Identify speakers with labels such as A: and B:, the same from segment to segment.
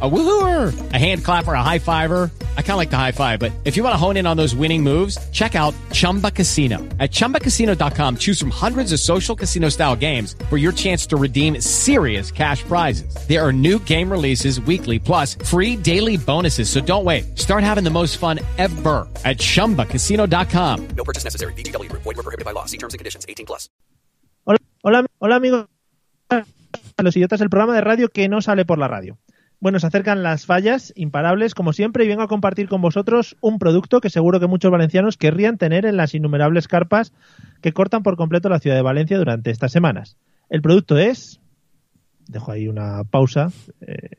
A: A woohooer, a hand clapper, a high fiver. I kind of like the high five, but if you want to hone in on those winning moves, check out Chumba Casino. At chumbacasino.com, choose from hundreds of social casino style games for your chance to redeem serious cash prizes. There are new game releases weekly, plus free daily bonuses. So don't wait. Start having the most fun ever at chumbacasino.com.
B: No purchase necessary. BGW. Void were prohibited by law. See terms and conditions. 18 plus.
C: Hola, hola, hola, amigos. A Los idiotas, el programa de radio que no sale por la radio. Bueno, se acercan las fallas, imparables, como siempre, y vengo a compartir con vosotros un producto que seguro que muchos valencianos querrían tener en las innumerables carpas que cortan por completo la ciudad de Valencia durante estas semanas. El producto es. Dejo ahí una pausa. eh,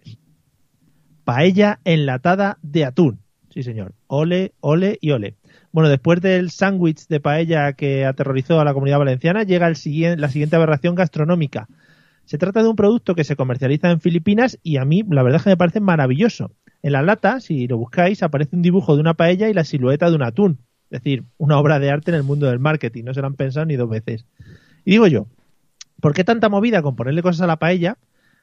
C: paella enlatada de atún. Sí, señor. Ole, ole y ole. Bueno, después del sándwich de paella que aterrorizó a la comunidad valenciana, llega el siguiente, la siguiente aberración gastronómica. Se trata de un producto que se comercializa en Filipinas y a mí la verdad es que me parece maravilloso. En la lata, si lo buscáis, aparece un dibujo de una paella y la silueta de un atún. Es decir, una obra de arte en el mundo del marketing. No se la han pensado ni dos veces. Y digo yo, ¿por qué tanta movida con ponerle cosas a la paella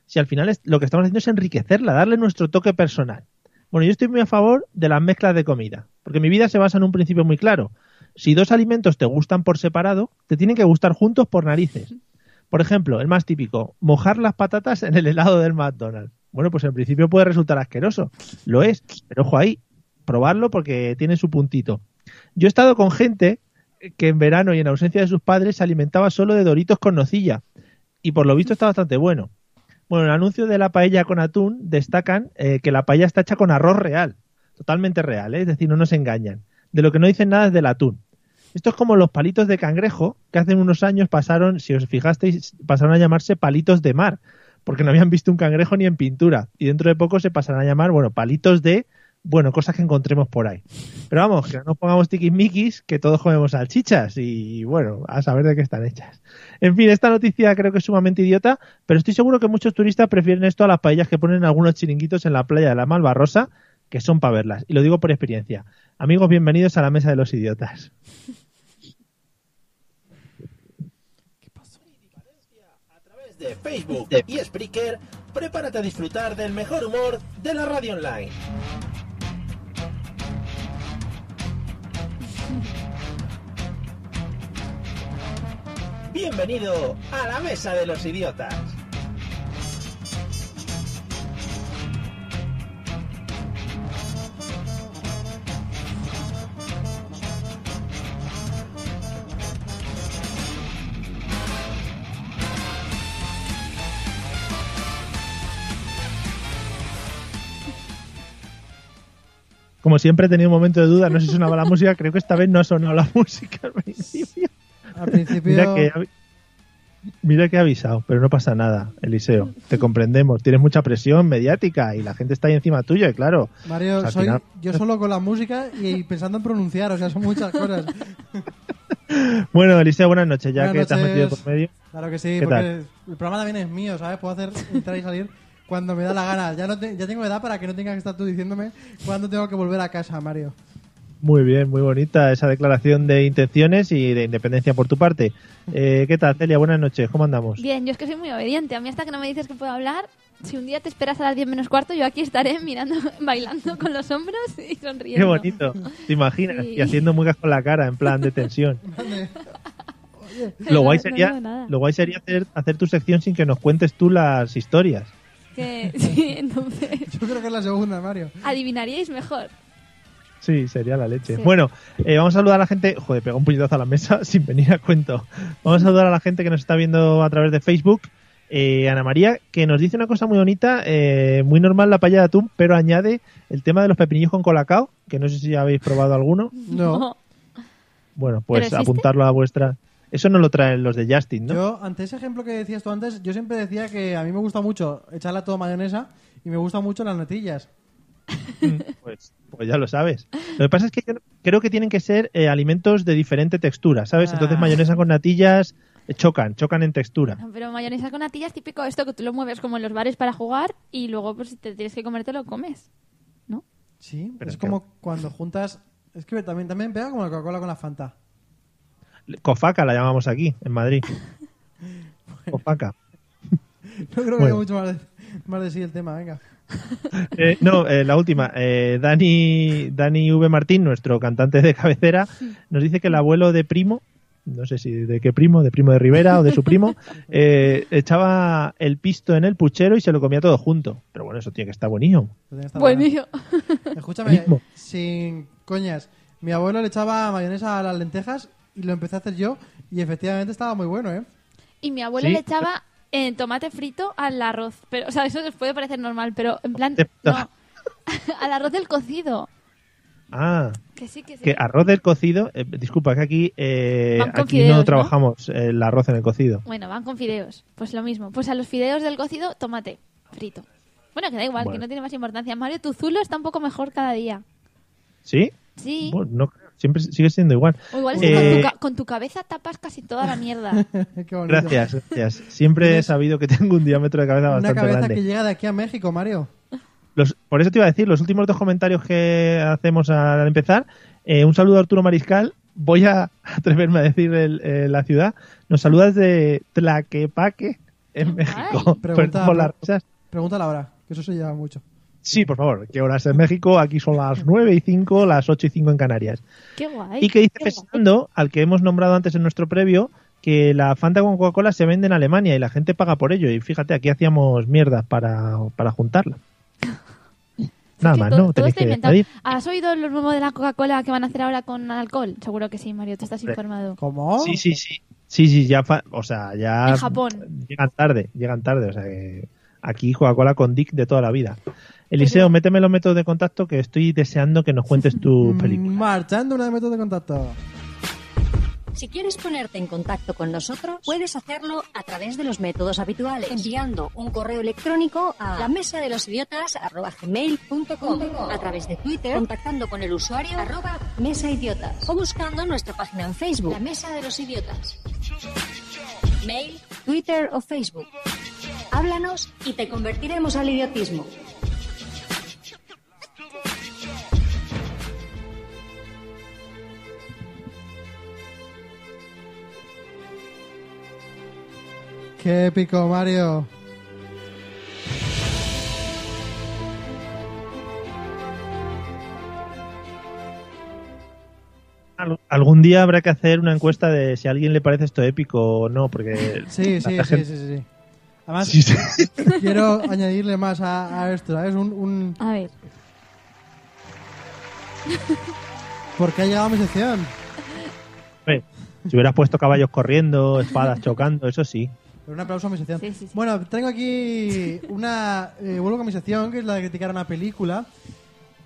C: si al final es- lo que estamos haciendo es enriquecerla, darle nuestro toque personal? Bueno, yo estoy muy a favor de las mezclas de comida, porque mi vida se basa en un principio muy claro. Si dos alimentos te gustan por separado, te tienen que gustar juntos por narices. Por ejemplo, el más típico, mojar las patatas en el helado del McDonald's. Bueno, pues en principio puede resultar asqueroso, lo es, pero ojo ahí, probarlo porque tiene su puntito. Yo he estado con gente que en verano y en ausencia de sus padres se alimentaba solo de doritos con nocilla y por lo visto está bastante bueno. Bueno, en el anuncio de la paella con atún destacan eh, que la paella está hecha con arroz real, totalmente real, ¿eh? es decir, no nos engañan. De lo que no dicen nada es del atún. Esto es como los palitos de cangrejo que hace unos años pasaron, si os fijasteis, pasaron a llamarse palitos de mar, porque no habían visto un cangrejo ni en pintura. Y dentro de poco se pasarán a llamar, bueno, palitos de, bueno, cosas que encontremos por ahí. Pero vamos, que no nos pongamos tiquismiquis, que todos comemos salchichas y, bueno, a saber de qué están hechas. En fin, esta noticia creo que es sumamente idiota, pero estoy seguro que muchos turistas prefieren esto a las paellas que ponen algunos chiringuitos en la playa de la Malvarrosa, que son para verlas. Y lo digo por experiencia. Amigos, bienvenidos a la mesa de los idiotas.
D: de Facebook y Spreaker, prepárate a disfrutar del mejor humor de la radio online. Bienvenido a la mesa de los idiotas.
C: Como siempre he tenido un momento de duda, no sé si sonaba la música, creo que esta vez no ha sonado la música al principio.
E: Al principio.
C: Mira que, avi- mira que he avisado, pero no pasa nada, Eliseo. Te comprendemos, tienes mucha presión mediática y la gente está ahí encima tuya, y claro.
E: Mario,
C: o sea, al
E: soy
C: final-
E: yo solo con la música y pensando en pronunciar, o sea, son muchas cosas.
C: Bueno, Eliseo, buenas noches, ya
E: Buenas
C: que te has
E: noches.
C: metido por medio.
E: Claro que sí,
C: ¿Qué
E: porque
C: tal?
E: el programa también es mío, ¿sabes? Puedo hacer entrar y salir cuando me da la gana. Ya, no te- ya tengo edad para que no tengas que estar tú diciéndome cuándo tengo que volver a casa, Mario.
C: Muy bien, muy bonita esa declaración de intenciones y de independencia por tu parte. Eh, ¿Qué tal, Celia? Buenas noches, ¿cómo andamos?
F: Bien, yo es que soy muy obediente. A mí hasta que no me dices que puedo hablar, si un día te esperas a las 10 menos cuarto, yo aquí estaré mirando, bailando con los hombros y sonriendo.
C: Qué bonito, te imaginas,
F: Sí.
C: y haciendo muecas con la cara en plan de tensión. Lo guay
F: No, no
C: sería,
F: digo nada.
C: lo guay sería hacer, hacer tu sección sin que nos cuentes tú las historias.
F: Que, sí, entonces...
E: Yo creo que es la segunda, Mario.
F: Adivinaríais mejor.
C: Sí, sería la leche.
F: Sí.
C: Bueno, eh, vamos a saludar a la gente. Joder, pegó un puñetazo a la mesa sin venir a cuento. Vamos a saludar a la gente que nos está viendo a través de Facebook. Eh, Ana María, que nos dice una cosa muy bonita, eh, muy normal la paella de atún, pero añade el tema de los pepinillos con colacao, que no sé si ya habéis probado alguno.
E: No.
C: Bueno, pues
F: existe?
C: apuntarlo a vuestra. Eso no lo traen los de Justin, ¿no?
E: Yo, ante ese ejemplo que decías tú antes, yo siempre decía que a mí me gusta mucho echarla todo mayonesa y me gustan mucho las natillas.
C: Pues, pues ya lo sabes. Lo que pasa es que yo no- creo que tienen que ser eh, alimentos de diferente textura, ¿sabes? Entonces
E: Ah.
C: mayonesa con natillas eh, chocan, chocan en textura.
F: No, Pero mayonesa con natilla es típico esto que tú lo mueves como en los bares para jugar y luego pues si te tienes que comer te lo comes. ¿No?
E: Sí,
C: Pero
E: es
C: es que-
E: como cuando juntas... Es que también, también pega como la Coca-Cola con la Fanta.
C: Cofaca la llamamos aquí, en Madrid. Cofaca.
E: No creo que
C: Bueno.
E: haya mucho más de, más de sí el tema, venga.
C: Eh, no, eh, la última. Eh, Dani, Dani V. Martín, nuestro cantante de cabecera, nos dice que el abuelo de primo, no sé si de qué primo, de primo de Rivera o de su primo, eh, echaba el pisto en el puchero y se lo comía todo junto. Pero bueno, eso tiene que estar buenísimo.
E: Lo tenía hasta ahora.
F: Buenísimo.
E: Escúchame,
C: Mismo.
E: sin coñas. Mi abuelo le echaba mayonesa a las lentejas y lo empecé a hacer yo y efectivamente estaba muy bueno, ¿eh?
F: Y mi abuelo
C: Sí.
F: le echaba eh, tomate frito al arroz. Pero, o sea, eso les puede parecer normal, pero en plan.
C: Tomate frito.
F: No. al arroz del cocido.
C: Ah,
F: Que sí, que sí.
C: que arroz del cocido. eh, disculpa, que aquí, eh,
F: Van con
C: aquí
F: fideos,
C: no
F: ¿no?
C: trabajamos el arroz en el cocido.
F: Bueno, van con fideos. Pues lo mismo. Pues a los fideos del cocido, tomate frito. Bueno, que da igual,
C: Bueno.
F: que no tiene más importancia. Mario, tu zulo está un poco mejor cada día.
C: ¿Sí?
F: Sí.
C: Bueno, no creo. siempre sigue siendo igual.
F: O igual es
C: Eh,
F: que con, tu ca- con tu cabeza tapas casi toda la mierda.
E: Qué bonito.
C: Gracias, gracias. Siempre he sabido que tengo un diámetro de cabeza
E: Una
C: bastante
E: cabeza
C: grande.
E: que llega de aquí a México, Mario.
C: Los- por eso te iba a decir, los últimos dos comentarios que hacemos al empezar. eh, un saludo a Arturo Mariscal. Voy a atreverme a decir el- eh, la ciudad. Nos saludas de Tlaquepaque, en
F: Guay.
C: México.
E: Pregunta-
C: Perdón por las risas.
E: Pregúntala ahora, que eso se lleva mucho.
C: Sí, por favor, ¿qué horas en México? Aquí son las 9 y 5, las 8 y 5 en Canarias.
F: Qué guay.
C: Y que dice
F: Qué guay.
C: Pesando, al que hemos nombrado antes en nuestro previo, que la Fanta con Coca-Cola se vende en Alemania y la gente paga por ello. Y fíjate, aquí hacíamos mierdas para, para juntarla. Pues Nada
F: Sí,
C: más,
F: todo-
C: ¿no?
F: todo
C: Tenéis
F: está
C: que
F: inventado.
C: añadir.
F: ¿Has oído lo nuevo de la Coca-Cola que van a hacer ahora con alcohol? Seguro que sí, Mario, tú estás informado.
E: ¿Cómo?
C: Sí, sí, sí. Sí, sí, ya. fa- O sea, ya.
F: Oh. En Japón.
C: Llegan tarde, llegan tarde. O sea, que aquí Coca-Cola con Dick de toda la vida. Eliseo, méteme los métodos de contacto que estoy deseando que nos cuentes tu
E: Mm,
C: película.
E: Marchando una de métodos de contacto.
G: Si quieres ponerte en contacto con nosotros, puedes hacerlo a través de los métodos habituales, enviando un correo electrónico a la mesa de los idiotas a través de Twitter, contactando con el usuario arroba mesa idiotas o buscando nuestra página en Facebook, la mesa de los idiotas. Mail, Twitter o Facebook. Háblanos y te convertiremos al idiotismo.
E: Qué épico, Mario.
C: Al- Algún día habrá que hacer una encuesta de si a alguien le parece esto épico o no, porque.
E: Sí, sí,
C: la
E: sí,
C: gente-
E: sí, sí, sí. Además,
C: Sí, sí.
E: quiero añadirle más a, a esto, ¿sabes? Un, un...
F: A ver.
E: Porque ha llegado mi sección.
C: Hombre, Si hubieras puesto caballos corriendo, espadas chocando, eso sí.
E: Pero un aplauso a mi sección.
F: Sí, sí, sí.
E: Bueno, tengo aquí una... eh, vuelvo con mi sección, que es la de criticar una película.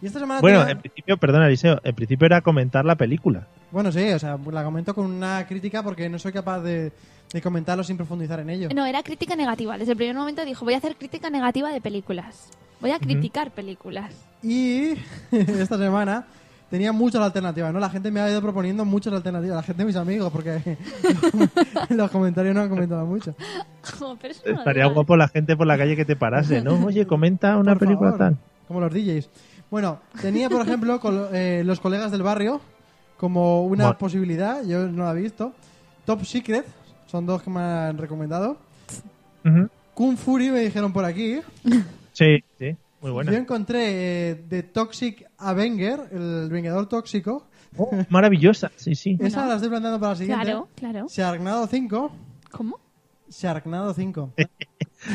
E: Y esta semana...
C: Bueno, em-
E: tenía-
C: en principio, perdona, Eliseo, en principio era comentar la película.
E: Bueno, sí, o sea, la comento con una crítica porque no soy capaz de, de comentarlo sin profundizar en ello.
F: No, era crítica negativa. Desde el primer momento dijo, voy a hacer crítica negativa de películas. Voy a criticar películas.
E: Y esta semana tenía muchas alternativas, ¿no? La gente me ha ido proponiendo muchas alternativas, la gente de mis amigos, porque en los comentarios no han comentado mucho.
F: Jo, pero
E: Ah,
F: eso no
C: Estaría
F: vale.
C: guapo la gente por la calle que te parase, ¿no? Oye, comenta una
E: Por
C: película
E: favor,
C: tal.
E: Como los DJs. Bueno, tenía, por ejemplo, col- eh, los colegas del barrio como una
C: Bueno.
E: posibilidad, yo no la he visto. Top Secret, son dos que me han recomendado.
C: Ujú.
E: Kung Fury me dijeron por aquí.
C: Sí, sí, muy buena.
E: Yo encontré eh, The Toxic Avenger, el Vengador Tóxico.
C: Oh, maravillosa, sí, sí.
E: Esa la estoy planteando para la siguiente.
F: Claro, claro.
E: Sharknado 5.
F: ¿Cómo?
E: Sharknado 5.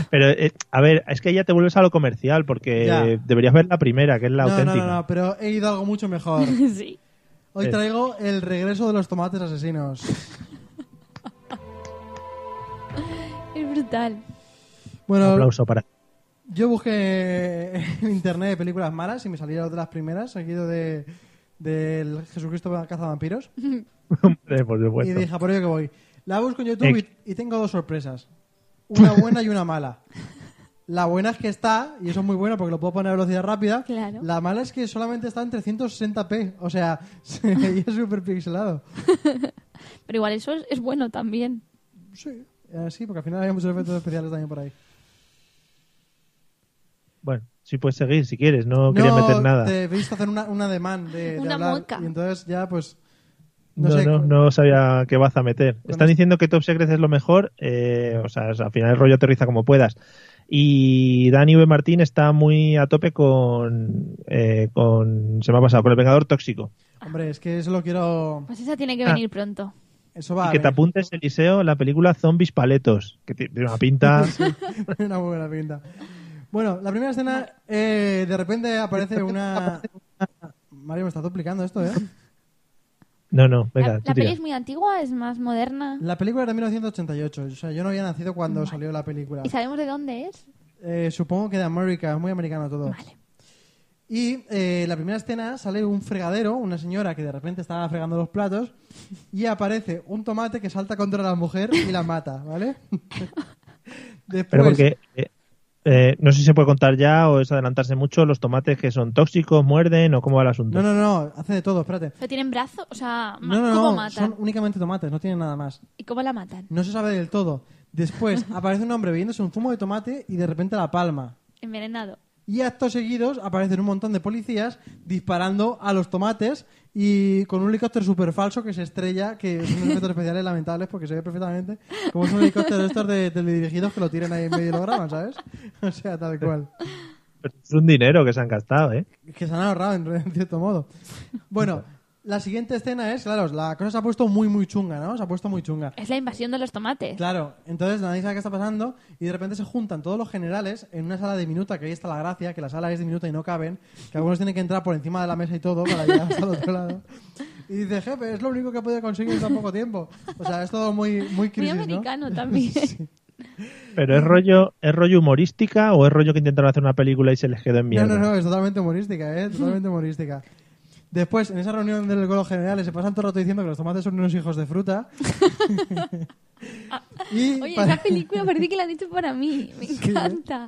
C: Pero, eh, a ver, es que ya te vuelves a lo comercial, porque
E: Ya.
C: deberías ver la primera, que es la
E: no, no,
C: auténtica.
E: no, no, pero he ido a algo mucho mejor.
F: sí.
E: Hoy
C: Eh.
E: traigo el regreso de los tomates asesinos.
F: Es brutal.
E: Bueno,
C: Aplauso para.
E: yo busqué en internet películas malas y me salieron de las primeras, seguido de del Jesucristo cazavampiros.
C: Hombre, por
E: Y
C: supuesto.
E: dije, "A por ello que voy. La busco en YouTube
C: Ex-
E: y, y tengo dos sorpresas. Una buena y una mala. La buena es que está, y eso es muy bueno porque lo puedo poner a velocidad rápida.
F: Claro.
E: La mala es que solamente está en 360p. O sea, se veía súper pixelado.
F: Pero igual eso es, es bueno también.
E: Sí. Eh, sí, porque al final había muchos efectos especiales también por ahí.
C: Bueno, sí puedes seguir si quieres, no, quería meter nada.
E: Te he visto hacer una, un ademán de, de
F: Una
E: hablar.
F: mueca.
E: Y entonces ya, pues. No
C: No,
E: sé.
C: no, no sabía qué vas a meter. Están diciendo que Top Secret es lo mejor, eh, o sea, al final el rollo aterriza como puedas. Y Dani V. Martín está muy a tope con, eh, con se me ha pasado, con el Vengador Tóxico.
E: Hombre, es que eso lo quiero.
F: Pues esa tiene que
C: Ah.
F: venir pronto.
E: Eso va.
C: Y
E: a
C: que te
E: ver.
C: apuntes, Eliseo, la película Zombies Paletos, que tiene una pinta...
E: una muy buena pinta. Bueno, la primera escena, eh, de repente aparece una. Mario me está duplicando esto, ¿eh?
C: No, no, venga,
F: la
C: tú tira.
F: la peli es muy antigua, es más moderna.
E: La película era de 1988, o sea, yo no había nacido cuando salió la película.
F: ¿Y sabemos de dónde es?
E: Eh, supongo que de América, es muy americano todo.
F: Vale.
E: Y eh, la primera escena sale un fregadero, una señora que de repente estaba fregando los platos y aparece un tomate que salta contra la mujer y la mata, ¿vale? Después,
C: Pero porque, eh, eh, no sé si se puede contar ya o es adelantarse mucho, los tomates que son tóxicos, muerden o cómo va el asunto.
E: No, no, no, hace de todo, espérate.
F: ¿Pero tienen brazo? O sea, ma-
E: No, no,
F: ¿cómo
E: no,
F: matan?
E: son únicamente tomates, no tienen nada más.
F: ¿Y cómo la matan?
E: No se sabe del todo. Después aparece un hombre bebiéndose un zumo de tomate y de repente la palma.
F: Envenenado.
E: Y actos seguidos aparecen un montón de policías disparando a los tomates y con un helicóptero súper falso que se estrella, que son efectos especiales lamentables porque se ve perfectamente como es un helicóptero de estos de teledirigidos que lo tiran ahí en medio y lo graban, ¿sabes? O sea, tal cual.
C: Pero Es un dinero que se han gastado, ¿eh?
E: Que se han ahorrado, en, en cierto modo. Bueno, la siguiente escena es, claro, la cosa se ha puesto muy, muy chunga, ¿no? Se ha puesto muy chunga.
F: Es la invasión de los tomates.
E: Claro, entonces nadie sabe qué está pasando y de repente se juntan todos los generales en una sala diminuta, que ahí está la gracia, que la sala es diminuta y no caben, que algunos tienen que entrar por encima de la mesa y todo para llegar hasta el otro lado. Y dice, jefe, es lo único que he podido conseguir en tan poco tiempo. O sea, es todo muy, muy
F: Muy
E: crisis, ¿no?
F: americano también.
C: Pero es rollo, es rollo humorística o es rollo que intentaron hacer una película y se les quedó en mierda.
E: No, no, no, es totalmente humorística, ¿eh? Totalmente humorística. Después, en esa reunión del los generales, se pasan todo el rato diciendo que los tomates son unos hijos de fruta. y
F: Ah, Oye,
E: para- ¿eh?
F: esa película parece que la han hecho para mí. Me encanta.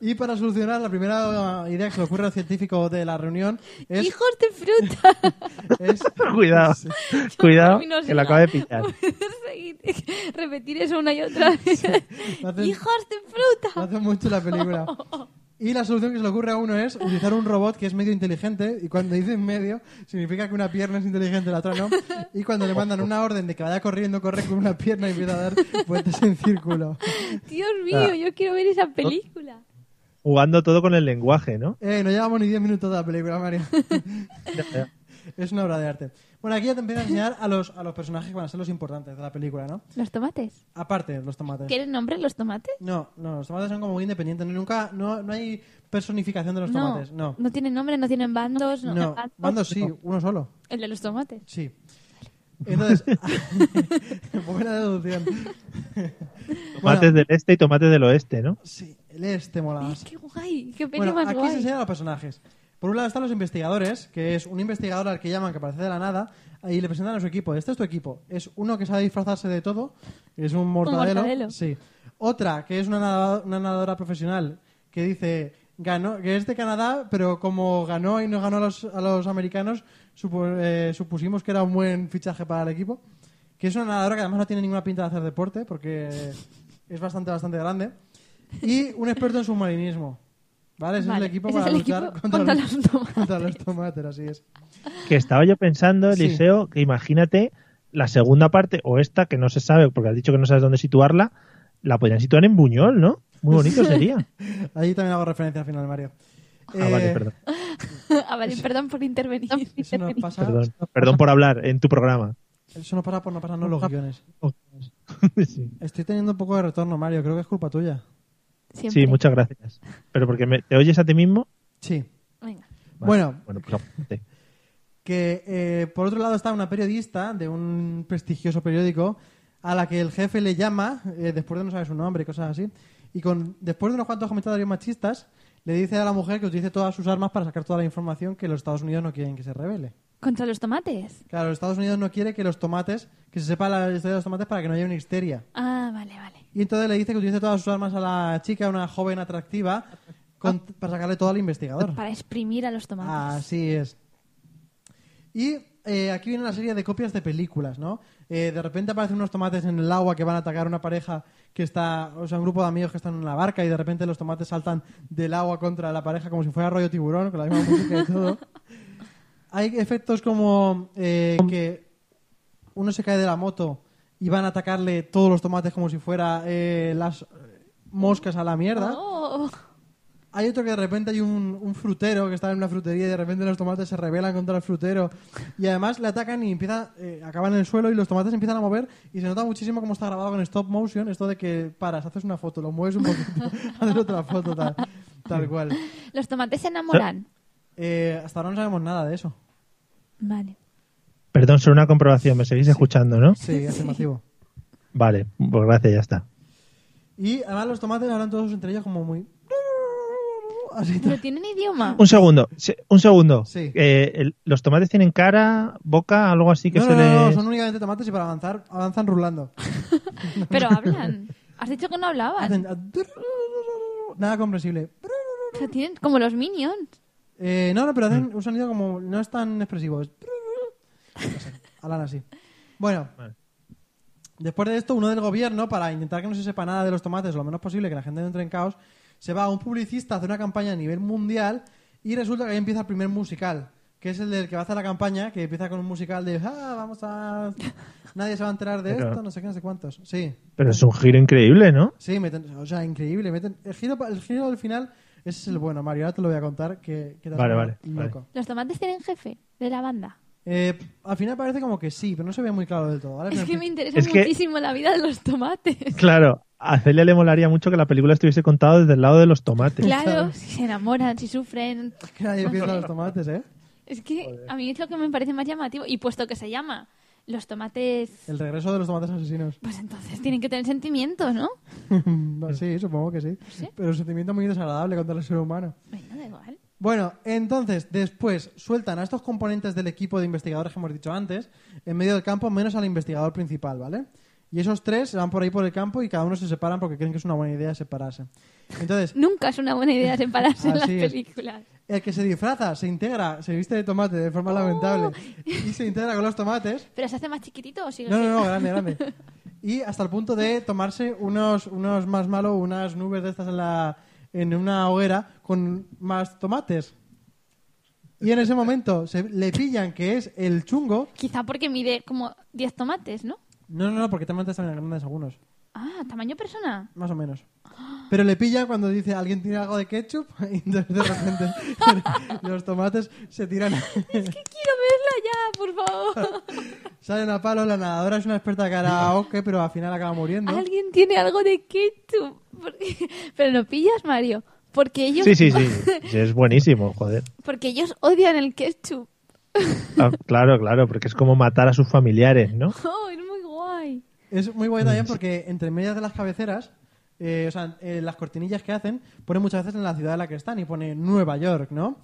E: Y para solucionar, la primera idea que se le ocurre al científico de la reunión es...
F: ¡Hijos de fruta!
E: es-
C: Cuidado, cuidado,
F: Termino
C: que
F: sin
C: lo acabo de pillar.
F: Puedes seguir- repetir eso una y otra vez.
E: lo hacen-
F: ¡Hijos de
E: lo
F: fruta!
E: hacen mucho en la película. Y la solución que se le ocurre a uno es utilizar un robot que es medio inteligente, y cuando dicen medio, significa que una pierna es inteligente, la otra no. Y cuando le mandan una orden de que vaya corriendo, corre con una pierna y empieza a dar vueltas en círculo.
F: Dios mío, yo quiero ver esa película.
C: Jugando todo con el lenguaje, ¿no?
E: Eh, no llevamos ni 10 minutos de la película, Mario. es una obra de arte. Bueno, aquí ya te empiezan a enseñar a los, a los personajes que van a ser los importantes de la película, ¿no?
F: ¿Los tomates?
E: Aparte, los tomates.
F: ¿Quieren nombre los tomates?
E: No, no, los tomates son como muy independientes. No, nunca, no, no hay personificación de los tomates. No,
F: no tienen nombre, no tienen bandos. No,
E: no.
F: bandos.
E: Bandos sí, uno solo.
F: El de los tomates.
E: Sí. Entonces, buena deducción.
C: Tomates
E: Bueno,
C: del este y tomates del oeste, ¿no?
E: Sí, el este mola
F: Eh,
E: más.
F: ¡Qué guay! ¡Qué peli
E: Bueno,
F: más
E: aquí
F: guay!
E: se enseñan los personajes. Por un lado están los investigadores, que es un investigador al que llaman que aparece de la nada y le presentan a su equipo. Este es tu equipo. Es uno que sabe disfrazarse de todo, es un mortadelo.
F: mortadelo.
E: Sí. Otra, que es una, nada- una nadadora profesional, que dice ganó, que es de Canadá, pero como ganó y no ganó a los, a los americanos, supo- eh, supusimos que era un buen fichaje para el equipo. Que es una nadadora que además no tiene ninguna pinta de hacer deporte, porque es bastante, bastante grande. Y un experto en submarinismo. ¿Vale? Ese
F: Vale,
E: es el equipo
F: ese
E: para
F: es el
E: luchar
F: equipo
E: contra,
F: contra
E: los,
F: los tomates.
E: contra los tomates, así es.
C: Que estaba yo pensando,
E: Sí.
C: Eliseo, que imagínate la segunda parte o esta, que no se sabe, porque has dicho que no sabes dónde situarla, la podrían situar en Buñol, ¿no? Muy bonito sería.
E: Ahí también hago referencia al final, Mario. Eh,
C: Ah, vale, perdón.
F: Ah, vale, perdón por intervenir.
E: Eso nos pasa,
C: Perdón,
E: eso nos
C: perdón
E: pasa-
C: por hablar en tu programa.
E: eso nos pasa por no pasarnos los guiones.
C: Sí.
E: Estoy teniendo un poco de retorno, Mario. Creo que es culpa tuya.
F: Siempre.
C: Sí, muchas gracias. Pero porque me- te oyes a ti mismo.
E: Sí.
F: Venga.
C: Vale.
E: Bueno.
C: bueno pues, apúntate.
E: Que eh, por otro lado está una periodista de un prestigioso periódico a la que el jefe le llama, eh, después de no saber su nombre y cosas así, y con después de unos cuantos comentarios machistas, le dice a la mujer que utilice todas sus armas para sacar toda la información que los Estados Unidos no quieren que se revele.
F: ¿Contra los tomates?
E: Claro, los Estados Unidos no quiere que los tomates, que se sepa la historia de los tomates para que no haya una histeria.
F: Ah, vale, vale.
E: Y entonces le dice que utilice todas sus armas a la chica, una joven atractiva, con- para sacarle todo al investigador.
F: Pues Para exprimir a los tomates.
E: Así es. Y eh, aquí viene una serie de copias de películas, ¿no? Eh, de repente aparecen unos tomates en el agua que van a atacar a una pareja que está, o sea, un grupo de amigos que están en una barca y de repente los tomates saltan del agua contra la pareja como si fuera rollo tiburón, con la misma música y todo. Hay efectos como eh, que uno se cae de la moto y van a atacarle todos los tomates como si fuera eh, las eh, moscas a la mierda.
F: Oh.
E: Hay otro que de repente hay un, un frutero que está en una frutería y de repente los tomates se rebelan contra el frutero. Y además le atacan y empieza, eh, acaban en el suelo y los tomates se empiezan a mover. Y se nota muchísimo cómo está grabado con stop motion. Esto de que paras, haces una foto, lo mueves un poquito, haces otra foto, tal, tal cual.
F: Los tomates se enamoran.
E: Eh, hasta ahora no sabemos nada de eso.
F: Vale.
C: Perdón, solo una comprobación, me seguís escuchando, ¿no?
E: Sí, afirmativo.
C: Vale, pues gracias, ya está.
E: Y además los tomates hablan todos entre ellos como muy... Así tal.
F: Pero tienen idioma.
C: Un segundo, sí, un segundo.
E: Sí.
C: Eh, el- ¿Los tomates tienen cara, boca, algo así que
E: No,
C: se
E: no, no, no,
C: les-
E: son únicamente tomates y para avanzar avanzan rulando.
F: Pero hablan. Has dicho que no hablaban.
E: Hacen- Nada comprensible.
F: O sea, tienen como los minions.
E: Eh, no, no, pero
C: Mm.
E: hacen un sonido como. No es tan expresivo. Es... No sé, hablan así. Bueno. Después de esto, uno del gobierno, para intentar que no se sepa nada de los tomates, lo menos posible, que la gente no entre en caos, se va a un publicista a hacer una campaña a nivel mundial y resulta que ahí empieza el primer musical, que es el del que va a hacer la campaña, que empieza con un musical de. Ah, vamos a. Nadie se va a enterar de
C: Pero-
E: esto, no sé qué, no sé cuántos. Sí.
C: Pero es un giro increíble, ¿no?
E: Sí, meten- o sea, increíble. Meten, el, giro, pa- el giro al final, ese es el bueno, Mario. Ahora te lo voy a contar. Que, que te has
C: Vale,
E: quedado
C: vale,
E: loco.
F: Los tomates tienen jefe de la banda.
E: Eh, al final parece como que sí, pero no se ve muy claro del todo. ¿vale?
F: Es
E: Pero
F: que
E: en
F: me
E: fin,
F: interesa
C: Es que-
F: muchísimo la vida de los tomates.
C: Claro, a Celia le molaría mucho que la película estuviese contada desde el lado de los tomates.
F: Claro, si se enamoran, si sufren.
E: que nadie piensa en los tomates, ¿eh?
F: Es que a mí es lo que me parece más llamativo. Y puesto que se llama Los tomates,
E: El regreso de los tomates asesinos. Pues
F: pues entonces tienen que tener sentimientos, ¿no?
E: sí, supongo que sí. Pero un sentimiento muy desagradable contra el ser humano.
F: Bueno, da igual.
E: Bueno, entonces, después sueltan a estos componentes del equipo de investigadores que hemos dicho antes en medio del campo, menos al investigador principal, ¿vale? Y esos tres se van por ahí por el campo y cada uno se separan porque creen que es una buena idea separarse. Entonces,
F: Nunca es una buena idea separarse en las
E: Así Ah, es.
F: películas.
E: el que se disfraza, se integra, se viste de tomate de
F: ¡Oh!
E: forma lamentable y se integra con los tomates.
F: ¿Pero se hace más chiquitito o sigue
E: No, no,
F: siendo-
E: no, grande, grande. Y hasta el punto de tomarse unos, unos más malos, unas nubes de estas en, la, en una hoguera con más tomates. Y en ese momento se, le pillan que es el chungo.
F: Quizá porque mide como 10 tomates, ¿no?
E: No, no, no, porque tomates están grandes algunos,
F: Ah, tamaño persona.
E: más o menos. Pero le pillan cuando dice alguien tiene algo de ketchup y entonces de repente los tomates se tiran,
F: ¡Que quiero verla ya, por favor!
E: salen a palo. La nadadora es una experta karaoke, pero al final acaba muriendo.
F: Alguien tiene algo de ketchup. Porque- Pero lo pillas, Mario. Porque ellos,
C: Sí, sí, sí. Sí, Es buenísimo, joder.
F: Porque ellos odian el ketchup.
C: Ah, claro, claro, porque es como matar a sus familiares, ¿no?
F: Oh, es muy guay.
E: Es muy guay también porque entre medias de las cabeceras, eh, o sea, eh, las cortinillas que hacen, pone muchas veces en la ciudad en la que están y pone Nueva York, ¿no?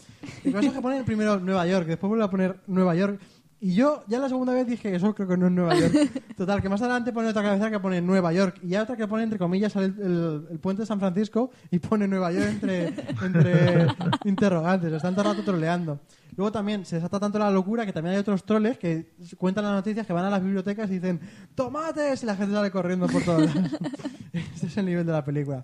E: Y cosas que ponen primero Nueva York, después vuelve a poner Nueva York. Y yo ya la segunda vez dije, eso creo que no es Nueva York. Total, que más adelante pone otra cabecera que pone Nueva York. Y ya otra que pone, entre comillas, sale el, el- el puente de San Francisco y pone Nueva York entre, entre interrogantes. Están todo el rato troleando. Luego también se desata tanto la locura que también hay otros troles que cuentan las noticias que van a las bibliotecas y dicen ¡Tomates! Y la gente sale corriendo por todas. este es el nivel de la película.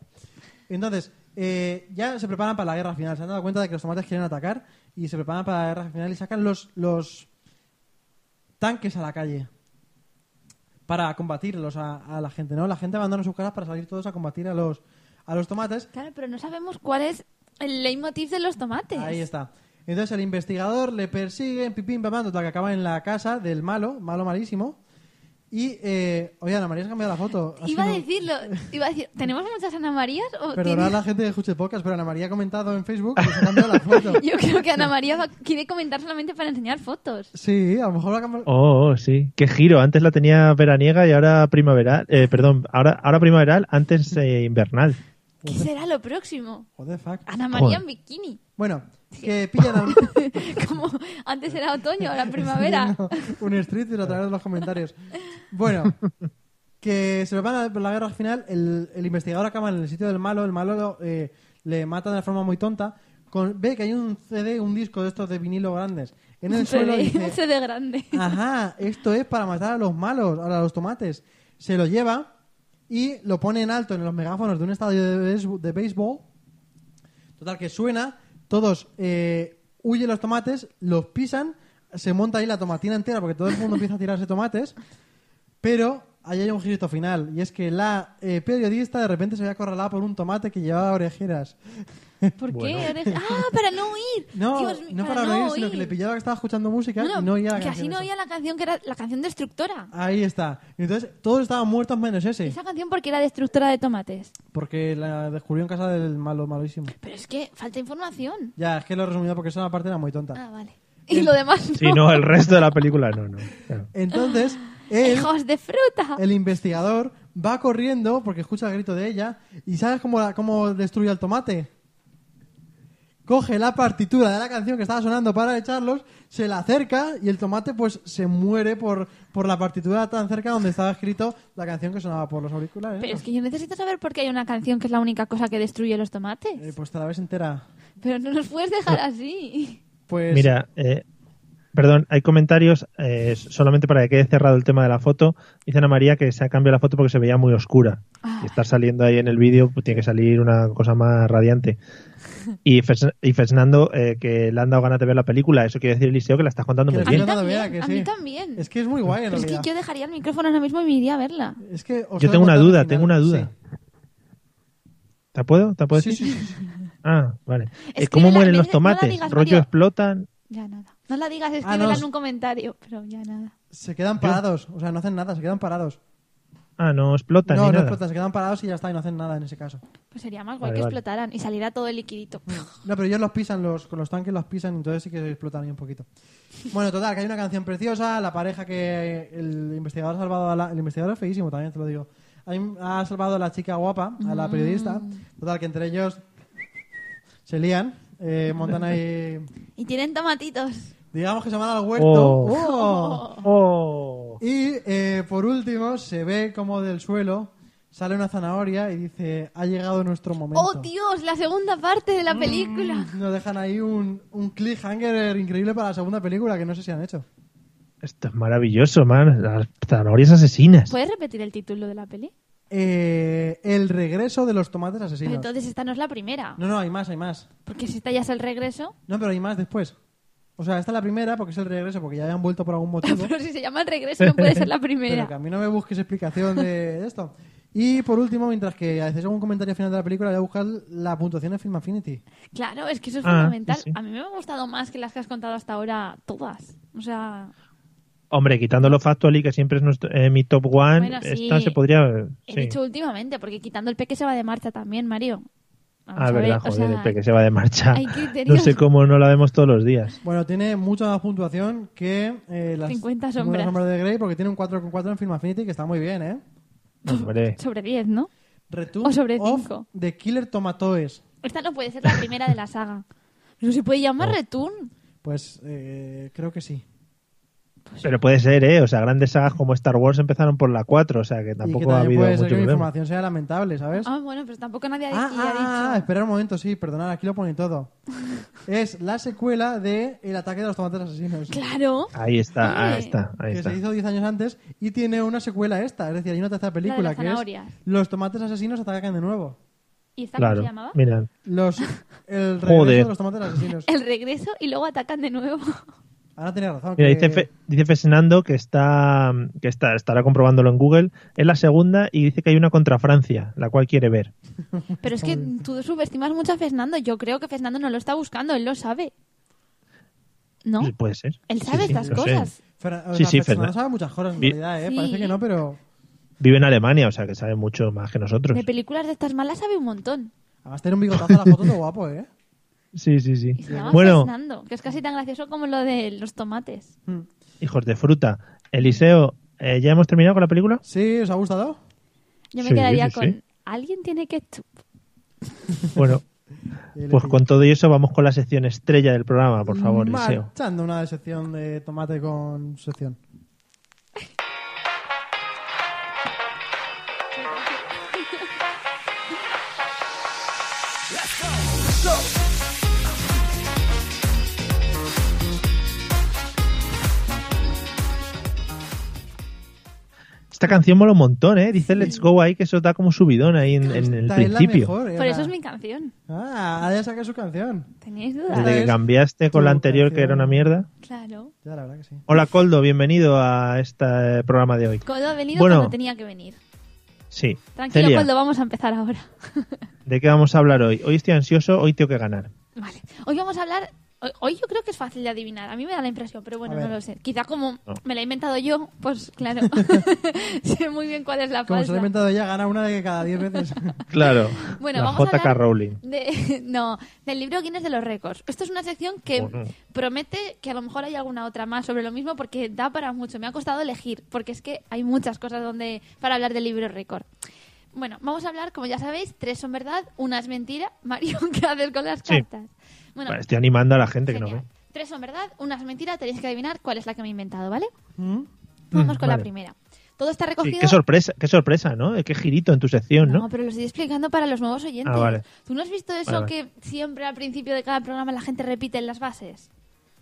E: Entonces, eh, ya se preparan para la guerra final. Se han dado cuenta de que los tomates quieren atacar y se preparan para la guerra final y sacan los, los tanques a la calle para combatirlos a, a la gente, ¿no? La gente abandona sus casas para salir todos a combatir a los, a los tomates
F: Claro, pero no sabemos cuál es el leitmotiv de los tomates.
E: Ahí está. Entonces el investigador le persigue, pipín, pam, pam, total, que acaba en la casa del malo, malo malísimo. Y, eh, oye, Ana María se ha cambiado la foto. Ha
F: Iba a
E: sido-
F: decirlo. Iba a decir, ¿tenemos muchas Ana Marías? O
E: Perdonad a la gente que escuche podcast, pero Ana María ha comentado en Facebook que se ha cambiado la foto.
F: tiene- Yo creo que Ana María va- quiere comentar solamente para enseñar fotos.
E: Sí, a lo mejor la cámara...
C: Oh, oh, sí. Qué giro. Antes la tenía veraniega y ahora primaveral. Eh, perdón, ahora, ahora primaveral, antes eh, invernal.
F: ¿Qué
E: Pues-
F: será lo próximo?
E: What the fuck.
F: Ana María
C: Joder.
F: en bikini.
E: Bueno, que pillan a un,
F: Como antes era otoño, ahora primavera.
E: un street a través de los comentarios. Bueno, que se preparan para la guerra final. El, el investigador acaba en el sitio del malo. El malo lo, eh, le mata de una forma muy tonta. Con- ve que hay un CD, un disco de estos de vinilo grandes en el
F: Un
E: suelo. y
F: CD,
E: dice, "Ah,
F: un CD grande.
E: Ajá, esto es para matar a los malos, a los tomates. Se lo lleva y lo pone en alto en los megáfonos de un estadio de béisbol- de béisbol. Total, que suena, todos eh, huyen los tomates, los pisan, se monta ahí la tomatina entera porque todo el mundo empieza a tirarse tomates. Pero ahí hay un girito final y es que la eh, periodista de repente se ve acorralada por un tomate que llevaba orejeras.
F: ¿Por qué? Oreja- Ah, para no oír.
E: No,
F: Dios mío,
E: no para, oír, sino que le pillaba que estaba escuchando música y no oía la
F: que así
E: canción
F: no
E: esa. Ah,
F: oía la canción que era la canción destructora.
E: Ahí está. Y entonces todos estaban muertos menos ese,
F: Esa canción porque era destructora de tomates.
E: porque la descubrió en casa del malo malísimo.
F: Pero es que falta información.
E: Ya, es que lo he resumido porque esa parte era muy tonta.
F: Ah, vale. Y lo demás no.
C: Sí, no, el resto de la película no, no. claro.
E: Entonces, él,
F: ¡Hijos de fruta!
E: el investigador, va corriendo porque escucha el grito de ella y ¿sabes cómo, la- cómo destruye al tomate? Coge la partitura de la canción que estaba sonando para echarlos, se la acerca y el tomate pues se muere por, por la partitura tan cerca donde estaba escrito la canción que sonaba por los auriculares.
F: Pero es que yo necesito saber por qué hay una canción que es la única cosa que destruye los
E: Eh,
F: tomates.
E: pues te la ves entera.
F: Pero no nos puedes dejar así.
E: Pues
C: Mira, eh, perdón, hay comentarios eh, solamente para que quede cerrado el tema de la foto. Dicen a María que se ha cambiado la foto porque se veía muy oscura.
F: Ah.
C: Y estar saliendo ahí en el vídeo pues, tiene que salir una cosa más radiante. Y, Fes- y Fernando, eh, que le han dado ganas de ver la película. Eso quiere decir, Eliseo, que la estás contando
E: Que
C: muy
E: la
F: A
C: bien.
F: mí
E: no lo
F: también,
E: vea, que
F: a
E: sí.
F: mí también.
E: es que es muy guay en
F: Pero es que
E: realidad.
F: yo dejaría el micrófono ahora mismo y me iría a verla.
E: Es que os
C: Yo tengo una
E: que contar
C: duda,
E: el final.
C: tengo una duda.
E: Sí.
C: ¿Te puedo? ¿Te puedo
E: Sí,
C: decir?
E: sí, sí, sí.
C: Ah, vale.
F: Escríbela,
C: ¿Cómo mueren
F: me
C: los
F: dice- no la
C: tomates?
F: digas,
C: ¿Rollo
F: Mario.
C: explotan?
F: Ya nada. No la digas,
E: Ah,
F: escríbela
E: no.
F: en un comentario. Pero ya nada.
E: Se quedan parados, o sea, no hacen nada, se quedan parados.
C: Ah, no explotan
E: no,
C: ni
E: no
C: nada.
E: explotan, se quedan parados y ya está, y no hacen nada en ese caso.
F: Pues sería más guay
C: Vale,
F: que
C: vale. Mm.
F: explotaran y saliera todo el liquidito.
E: No, pero ellos los pisan, los, con los tanques los pisan, entonces sí que explotan ahí un poquito. Bueno, total, que hay una canción preciosa, la pareja que el investigador ha salvado a la... El investigador es feísimo también, te lo digo. Hay- Ha salvado a la chica guapa, a
F: Mm.
E: la periodista. Total, que entre ellos se lían, eh, montan ahí...
F: Y tienen tomatitos.
E: Digamos que se van al huerto.
C: Oh.
E: ¡Oh!
C: Oh.
E: Y eh, por último, se ve como del suelo sale una zanahoria y dice: Ha llegado nuestro momento.
F: ¡Oh, Dios! La segunda parte de la película.
E: Nos dejan ahí un, un cliffhanger increíble para la segunda película que no sé si han hecho.
C: Esto es maravilloso, man. Las zanahorias asesinas.
F: ¿Puedes repetir el título de la peli?
E: Eh, el regreso de los tomates
F: Pero
E: asesinos.
F: Pues entonces esta no es la primera.
E: No, no, hay más, hay más.
F: Porque si esta ya es el regreso.
E: No, pero hay más después. O sea, esta es la primera porque es el regreso, porque ya habían vuelto por algún motivo.
F: Pero si se llama el regreso, no puede ser la
E: Pero que
F: primera.
E: a mí no me busques explicación de esto. Y por último, mientras que hacéis algún comentario final de la película, voy a buscar la puntuación en Film Affinity.
F: Claro, es que eso es
C: Ah,
F: fundamental.
C: sí, sí.
F: A mí me han gustado más que las que has contado hasta ahora todas. O sea,
C: Hombre, quitando lo factual y que siempre es nuestro- eh, mi top one,
F: Bueno, sí.
C: esta se podría.
F: he
C: sí.
F: dicho últimamente, porque quitando el peque se va de marcha también, Mario. Vamos
C: Ah,
F: a ver,
C: verdad,
F: o
C: joder,
F: sea,
C: el peque se va de marcha.
F: hay criterios.
C: No sé cómo no la vemos todos los días.
E: Bueno, tiene mucha más puntuación que eh, las
F: 50
E: 50
F: sombras.
E: de Grey porque tiene un 4,4 en Film Affinity que está muy bien, ¿eh?
C: Hombre,
F: Sobre 10, ¿no?
E: Return
F: O sobre
E: of
F: cinco.
E: The Killer Tomatoes.
F: Esta no puede ser la primera de la saga. No se puede llamar Return.
E: Pues eh, creo que sí.
C: pero puede ser, ¿eh? O sea, grandes sagas como Star Wars empezaron por la 4, o sea que
E: y que
C: tampoco ha
E: también
C: habido
E: puede
C: mucho
E: ser que mi
C: problema.
E: información sea lamentable, ¿sabes?
F: Ah, bueno, pero tampoco nadie ha,
E: Ah,
F: y ha
E: ah, ah,
F: dicho.
E: espera un momento, sí, perdonad, aquí lo pone todo. es la secuela de El ataque de los tomates asesinos.
F: Claro.
C: Ahí está,
F: Hombre.
C: ahí está, ahí
E: que
C: está.
E: se hizo 10 años antes y tiene una secuela esta, es decir, hay una tercera película
F: las
E: que es
F: zanahorias.
E: Los tomates asesinos atacan de nuevo.
F: ¿Y esta cómo
C: Claro,
F: se llamaba?
C: mira.
E: Los, el regreso
C: Joder.
E: de los tomates asesinos.
F: El regreso y luego atacan de nuevo.
E: Ahora tenía razón.
C: Mira,
E: que-
C: dice, Fe- dice Fernando que está que está estará comprobándolo en Google. Es la segunda y dice que hay una contra Francia, la cual quiere ver.
F: Pero es que tú subestimas mucho a Fernando. Yo creo que Fernando no lo está buscando, él lo sabe. ¿No?
C: Sí, Puede ser.
F: Él
C: Sí,
F: sabe
C: sí,
F: estas
C: lo sé.
F: cosas.
E: Fernan- o
C: Sí,
E: sea,
C: sí,
E: Fernando
C: Fernan-
E: sabe muchas cosas en
C: Vi-
E: realidad, ¿eh?
F: Sí.
E: Parece que no, pero
C: Vive en Alemania, o sea que sabe mucho más que nosotros.
F: De películas de estas malas sabe un montón.
E: además tener un bigotazo a la foto todo guapo, ¿eh?
C: Sí, sí, sí.
F: Y se llama
C: Bueno,
F: Fernando, que es casi tan gracioso como lo de los tomates.
E: Mm.
C: hijos de fruta. Eliseo, eh, ¿ya hemos terminado con la película?
E: ¿Sí? ¿Os ha gustado?
F: Yo me
C: Sí,
F: quedaría
C: sí,
F: con.
C: sí.
F: Alguien tiene ketchup.
C: Bueno,
E: El
C: pues
E: epi-
C: con todo y eso vamos con la sección estrella del programa, por favor, Eliseo.
E: Marchando una sección de tomate con sección.
C: Esta canción mola un montón, ¿eh? Dice Let's Go ahí, que eso da como subidón ahí en, en el
E: Esta es la
C: principio.
E: mejor, eh,
F: Por eso
E: la-
F: es mi canción.
E: Ah, ahora ya saqué su canción.
F: ¿Tenéis dudas?
C: Desde que
E: es
C: cambiaste con
E: tu
C: la anterior, que
E: canción.
C: era una mierda.
F: Claro.
E: Ya, la verdad que sí.
C: Hola, Coldo, bienvenido a este eh, programa de hoy.
F: Coldo ha venido
C: Bueno.
F: cuando tenía que venir.
C: Sí.
F: Tranquilo,
C: Celia,
F: Coldo, vamos a empezar ahora.
C: ¿de qué vamos a hablar hoy? Hoy estoy ansioso, hoy tengo que ganar.
F: Vale. Hoy vamos a hablar. hoy- Hoy yo creo que es fácil de adivinar. A mí me da la impresión, pero bueno,
E: A ver.
F: no lo sé. Quizá como
C: No.
F: me la he inventado yo, pues claro. sé muy bien cuál es la
E: Como se
F: falsa.
E: lo he inventado ya, gana una de cada diez veces.
C: Claro.
F: Bueno,
C: la
F: vamos a
C: JK
F: hablar-
C: Rowling.
F: De- no, del libro Guinness de los récords. Esto es una sección que
C: Bueno.
F: promete que a lo mejor hay alguna otra más sobre lo mismo porque da para mucho. Me ha costado elegir porque es que hay muchas cosas donde para hablar del libro récord. Bueno, vamos a hablar, como ya sabéis, tres son verdad, una es mentira. Mario, ¿qué haces con las
C: Sí.
F: cartas? Bueno,
C: Bueno, estoy animando a la gente que no ve.
F: genial. Tres son verdad, una es mentira. Tenéis que adivinar cuál es la que me he inventado, ¿vale?
E: ¿Mm?
F: Vamos
C: Mm,
F: con la
C: vale.
F: primera. Todo está
C: Sí,
F: recogido.
C: qué sorpresa, qué sorpresa, ¿no? Eh, Qué girito en tu sección, ¿no?
F: pero lo estoy explicando para los nuevos oyentes.
C: Ah, vale.
F: ¿Tú no has visto eso
C: Vale,
F: que siempre al principio de cada programa la gente repite en las bases?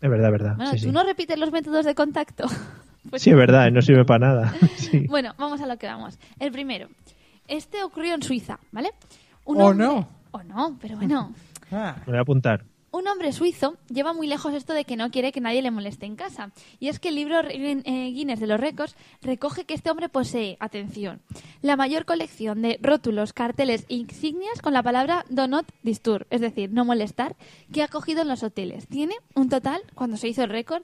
C: Es verdad, es verdad.
F: Bueno,
C: Ah, sí,
F: tú
C: sí.
F: no repites los métodos de contacto. Pues-
C: Sí, es verdad, eh, no sirve para nada. Sí.
F: Bueno, vamos a lo que vamos. El primero. Este ocurrió en Suiza, ¿vale? Un
E: O
F: hombre-
E: no.
F: O no, pero bueno.
E: Ah,
C: Me voy a apuntar.
F: Un hombre suizo lleva muy lejos esto de que no quiere que nadie le moleste en casa. Y es que el libro Re- eh, Guinness de los récords recoge que este hombre posee, atención, la mayor colección de rótulos, carteles e insignias con la palabra do not disturb, es decir, no molestar, que ha cogido en los hoteles. Tiene un total, cuando se hizo el récord,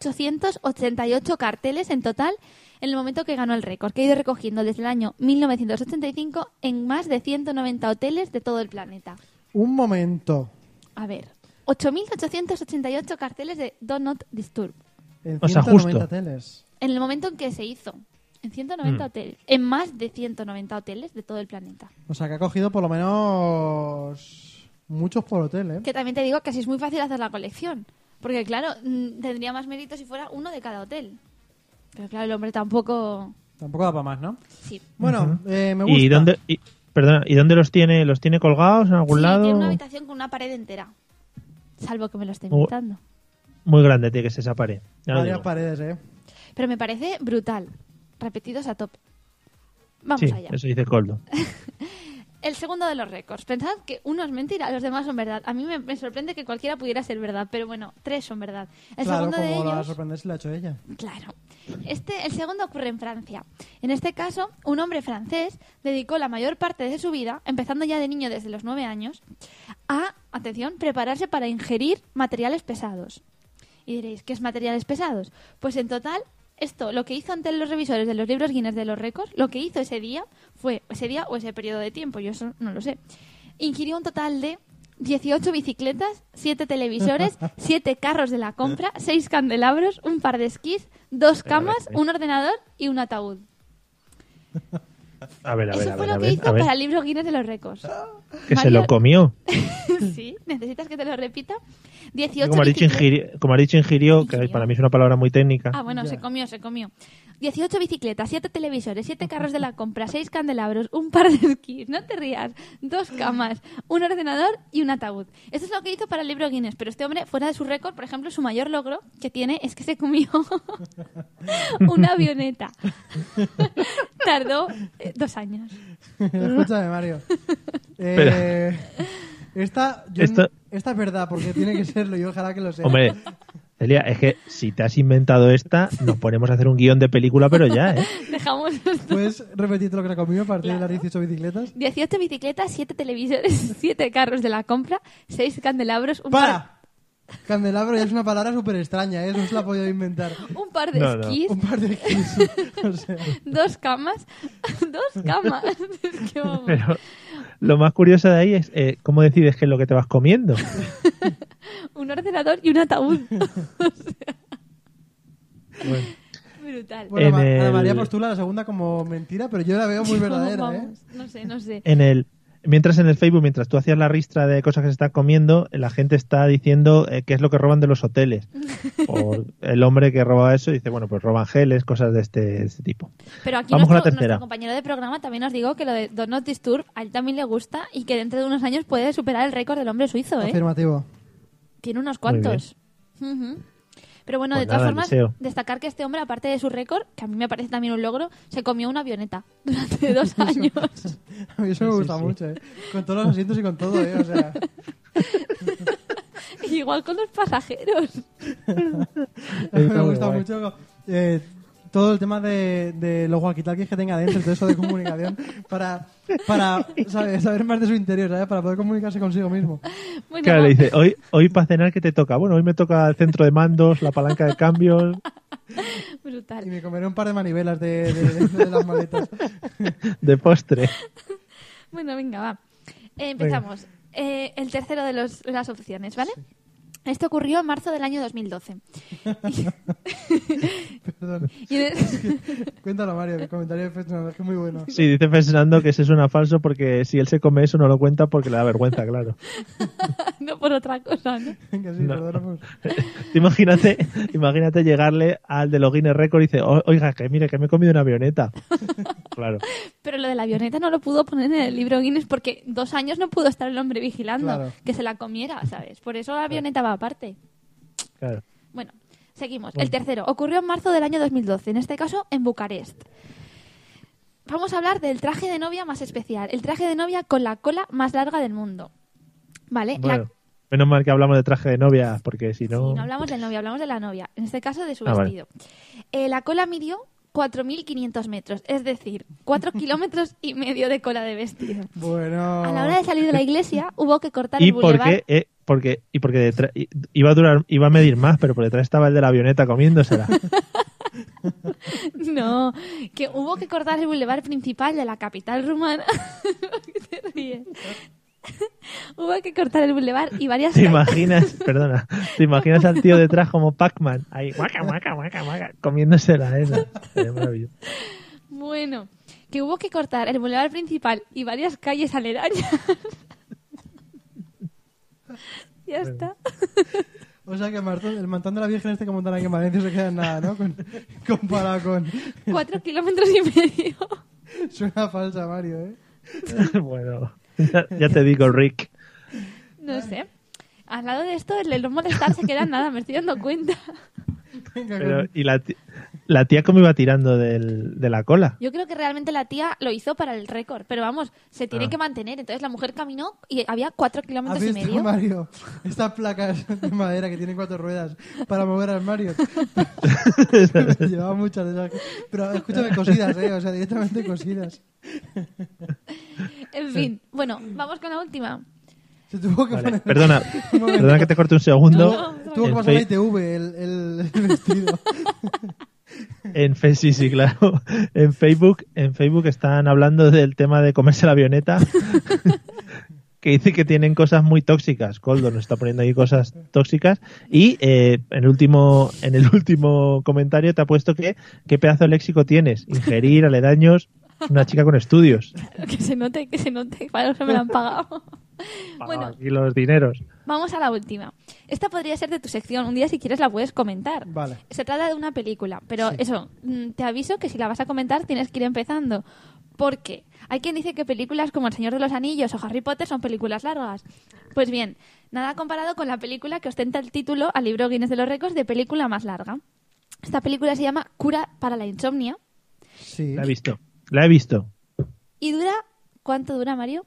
F: 8.888 carteles en total en el momento que ganó el récord, que ha ido recogiendo desde el año 1985 en más de 190 hoteles de todo el planeta.
E: un momento.
F: A ver, 8.888 carteles de Do Not Disturb.
E: En
C: O sea,
E: 190
C: justo.
E: teles.
F: En el momento en que se hizo. En 190
C: Mm.
F: hoteles. En más de 190 hoteles de todo el planeta.
E: O sea, que ha cogido por lo menos muchos por hotel, ¿eh?
F: Que también te digo que así es muy fácil hacer la colección. Porque, claro, mm, tendría más mérito si fuera uno de cada hotel. Pero, claro, el hombre tampoco.
E: Tampoco da para más, ¿no?
F: Sí.
E: Bueno, eh, me gusta.
C: ¿Y dónde, y, perdona, ¿Y dónde los tiene? ¿Los tiene colgados en algún
F: Sí,
C: lado?
F: Tiene una habitación con una pared entera. Salvo que me lo esté
C: Oh.
F: inventando.
C: Muy grande tiene que ser esa pared. Ya lo
E: Varias
C: digo.
E: paredes, ¿eh?
F: Pero me parece brutal. Repetidos a tope. Vamos
C: Sí,
F: allá.
C: eso dice Coldo.
F: El segundo de los récords. Pensad que uno es mentira, los demás son verdad. A mí me, me sorprende que cualquiera pudiera ser verdad, pero bueno, tres son verdad. El
E: claro,
F: segundo
E: como
F: de
E: la va a
F: ellos.
E: sorprender si la ha hecho ella.
F: Claro. Este, el segundo ocurre en Francia. En este caso, un hombre francés dedicó la mayor parte de su vida, empezando ya de niño desde los nueve años, a, atención, prepararse para ingerir materiales pesados. Y diréis, ¿qué es materiales pesados? Pues en total, esto, lo que hizo ante los revisores de los libros Guinness de los récords, lo que hizo ese día fue, ese día o ese periodo de tiempo, yo eso no lo sé, ingirió un total de 18 bicicletas, 7 televisores, 7 carros de la compra, 6 candelabros, un par de esquís, dos camas, un ordenador y un ataúd.
C: A ver, a ver,
F: Eso
C: a
F: fue
C: ver.
F: lo
C: a
F: que
C: ver, a
F: hizo
C: ver.
F: para el libro Guinness de los récords.
C: Que se
F: Mario-
C: lo comió.
F: sí, ¿necesitas que te lo repita? 18
C: Como ha dicho,
F: bicicletas-
C: ingiri- como ha dicho ingirió, que
F: Ingirió.
C: para mí es una palabra muy técnica.
F: Ah, bueno,
E: Ya.
F: se comió, se comió. 18 bicicletas, 7 televisores, 7 carros de la compra, 6 candelabros, un par de esquís, no te rías, dos camas, un ordenador y un ataúd. Esto es lo que hizo para el libro Guinness, pero este hombre, fuera de su récord, por ejemplo, su mayor logro que tiene es que se comió una avioneta. Tardó eh, dos años.
E: Escúchame, Mario. Eh, esta, yo-
C: Esta-
E: esta es verdad, porque tiene que serlo y ojalá que lo sea.
C: Hombre, Celia, es que si te has inventado esta, nos ponemos a hacer un guión de película, pero ya, ¿eh?
F: Dejamos
E: ¿Puedes repetirte lo que era comido a partir de las 18 bicicletas?
F: 18 bicicletas, 7 televisores, 7 carros de la compra, 6 candelabros, un par...
E: ¡Para! Candelabro ya es una palabra súper extraña, ¿eh? No se la he podido inventar.
F: Un par de
C: No, no.
F: esquís,
E: Un par de kiss. O sea,
F: Dos camas. Dos camas. Es que vamos.
C: Pero lo más curioso de ahí es eh, cómo decides qué es lo que te vas comiendo.
F: Un ordenador y un ataúd.
C: Bueno,
F: Brutal.
E: bueno,
C: En
E: Ma- Ana
C: el-
E: María postula la segunda como mentira, pero yo la veo muy verdadera, ¿eh?
F: Vamos, No sé, no sé.
C: en el, mientras en el Facebook, mientras tú hacías la ristra de cosas que se están comiendo, la gente está diciendo eh, qué es lo que roban de los hoteles. O el hombre que roba eso dice, bueno, pues roban geles, cosas de este, de este tipo.
F: Pero aquí
C: Vamos con la
F: nuestro,
C: tercera.
F: nuestro compañero de programa también os digo que lo de Don't Not Disturb a él también le gusta y que dentro de unos años puede ¿eh? superar el récord del hombre suizo, ¿eh?
E: Afirmativo.
F: Tiene unos
C: Muy bien.
F: cuantos. Ujú. Pero bueno,
C: Pues
F: de todas
C: nada,
F: formas,
C: Eliseo.
F: destacar que este hombre, aparte de su récord, que a mí me parece también un logro, se comió una avioneta durante dos años.
E: A mí eso me
C: Sí,
E: gusta
C: sí.
E: mucho, ¿eh? Con todos los asientos y con todo, ¿eh? O sea,
F: Igual con los pasajeros.
E: me
C: muy
E: gusta
C: guay.
E: mucho eh, todo el tema de, de los walkie-talkies que tenga dentro, todo eso de comunicación, para, para ¿sabes? saber más de su interior, ¿sabes? Para poder comunicarse consigo mismo.
F: Bueno,
C: Claro, le dice, hoy, hoy para cenar, ¿qué te toca? Bueno, hoy me toca el centro de mandos, la palanca de cambios,
F: brutal.
E: Y me comeré un par de manivelas de, de- de- de las maletas.
C: de postre.
F: Bueno, venga, va. Eh, empezamos. Eh, el tercero de los- las opciones, ¿vale? Esto ocurrió en marzo del año 2012.
E: Perdón.
F: Y en el-
E: Cuéntalo, Mario, el comentario de Fernando, es que es muy bueno.
C: Sí, dice Fernando que ese suena falso porque si él se come eso no lo cuenta porque le da vergüenza, claro.
F: no por otra cosa, ¿no?
E: Venga, sí,
C: No.
E: perdón.
C: Imagínate, imagínate llegarle al de los Guinness Record y dice, "O- oiga, que mire, que me he comido una avioneta. Claro,
F: Pero lo de la avioneta no lo pudo poner en el libro Guinness porque dos años no pudo estar el hombre vigilando
E: Claro.
F: que se la comiera, ¿sabes? Por eso la avioneta va aparte.
C: claro.
F: Bueno, seguimos. El tercero ocurrió en marzo del año 2012, en este caso en Bucarest. Vamos a hablar del traje de novia más especial, el traje de novia con la cola más larga del mundo. ¿Vale? Eh, La-
C: Bueno, menos mal que hablamos de traje de novia porque si
F: Sí,
C: no...
F: no hablamos del novio, hablamos de la novia, en este caso de su
C: Ah, vale.
F: vestido. Eh, la cola midió 4.500 metros, es decir, 4 kilómetros y medio de cola de vestido.
E: Bueno.
F: A la hora de salir de la iglesia hubo que cortar
C: Y
F: el bulevar.
C: porque, eh, porque, y porque detrás- i- iba a durar, iba a medir más, pero por detrás estaba el de la avioneta comiéndosela.
F: No, que hubo que cortar el bulevar principal de la capital rumana. Te ríes. hubo que cortar el bulevar y varias
C: ¿Te imaginas, perdona, te imaginas al tío detrás como Pac-Man, ahí, guaca, guaca, guaca, guaca, comiéndosela esa. Sería maravilloso.
F: Bueno, que hubo que cortar el bulevar principal y varias calles aledañas. ya está.
E: O sea que el mantón, el mantón de la Virgen este que montan aquí en Valencia se queda en nada, ¿no? Con- comparado con...
F: Cuatro kilómetros y medio.
E: Suena falsa, Mario, ¿eh?
C: bueno, ya, ya te digo, Rick.
F: No sé. Al lado de esto, el de no molestar se queda en nada, me estoy dando cuenta.
E: Venga,
C: Pero,
E: con-
C: y la, ti- la tía como iba tirando del- de la cola.
F: Yo creo que realmente la tía lo hizo para el récord, pero vamos, se tiene
C: Ah.
F: que mantener. Entonces la mujer caminó y había cuatro
E: ¿Has
F: kilómetros y
E: visto,
F: medio.
E: Mario? Estas placas de madera que tienen cuatro ruedas para mover al Mario. Llevaba muchas de esas. Pero escúchame, cosidas, ¿eh? O sea, directamente cosidas.
F: En fin, bueno, vamos con la última.
E: Se tuvo que
C: Vale,
E: poner...
C: perdona,
E: Un momento.
C: perdona que te corte un segundo.
F: No,
E: Tuvo que
C: En
E: pasar la
C: Fe-
E: ITV el, el- el vestido.
C: En Fe- sí, sí, claro. En Facebook, en Facebook están hablando del tema de comerse la avioneta. que dice que tienen cosas muy tóxicas. Coldo nos está poniendo ahí cosas tóxicas. Y eh, en, el último, en el último comentario te ha puesto que qué pedazo de léxico tienes. Ingerir, aledaños, una chica con estudios.
F: Que se note, que se note, para eso me la han pagado. Bueno,
C: Aquí los dineros.
F: vamos a la última. Esta podría ser de tu sección. Un día, si quieres, la puedes comentar.
E: Vale.
F: Se trata de una película, pero eso, mm, te aviso que si la vas a comentar tienes que ir empezando. Porque hay quien dice que películas como El Señor de los Anillos o Harry Potter son películas largas. Pues bien, nada comparado con la película que ostenta el título al libro Guinness de los Récords de película más larga. Esta película se llama Cura para la Insomnia
E: Sí.
C: La he visto. La he visto.
F: y dura, ¿cuánto dura, Mario?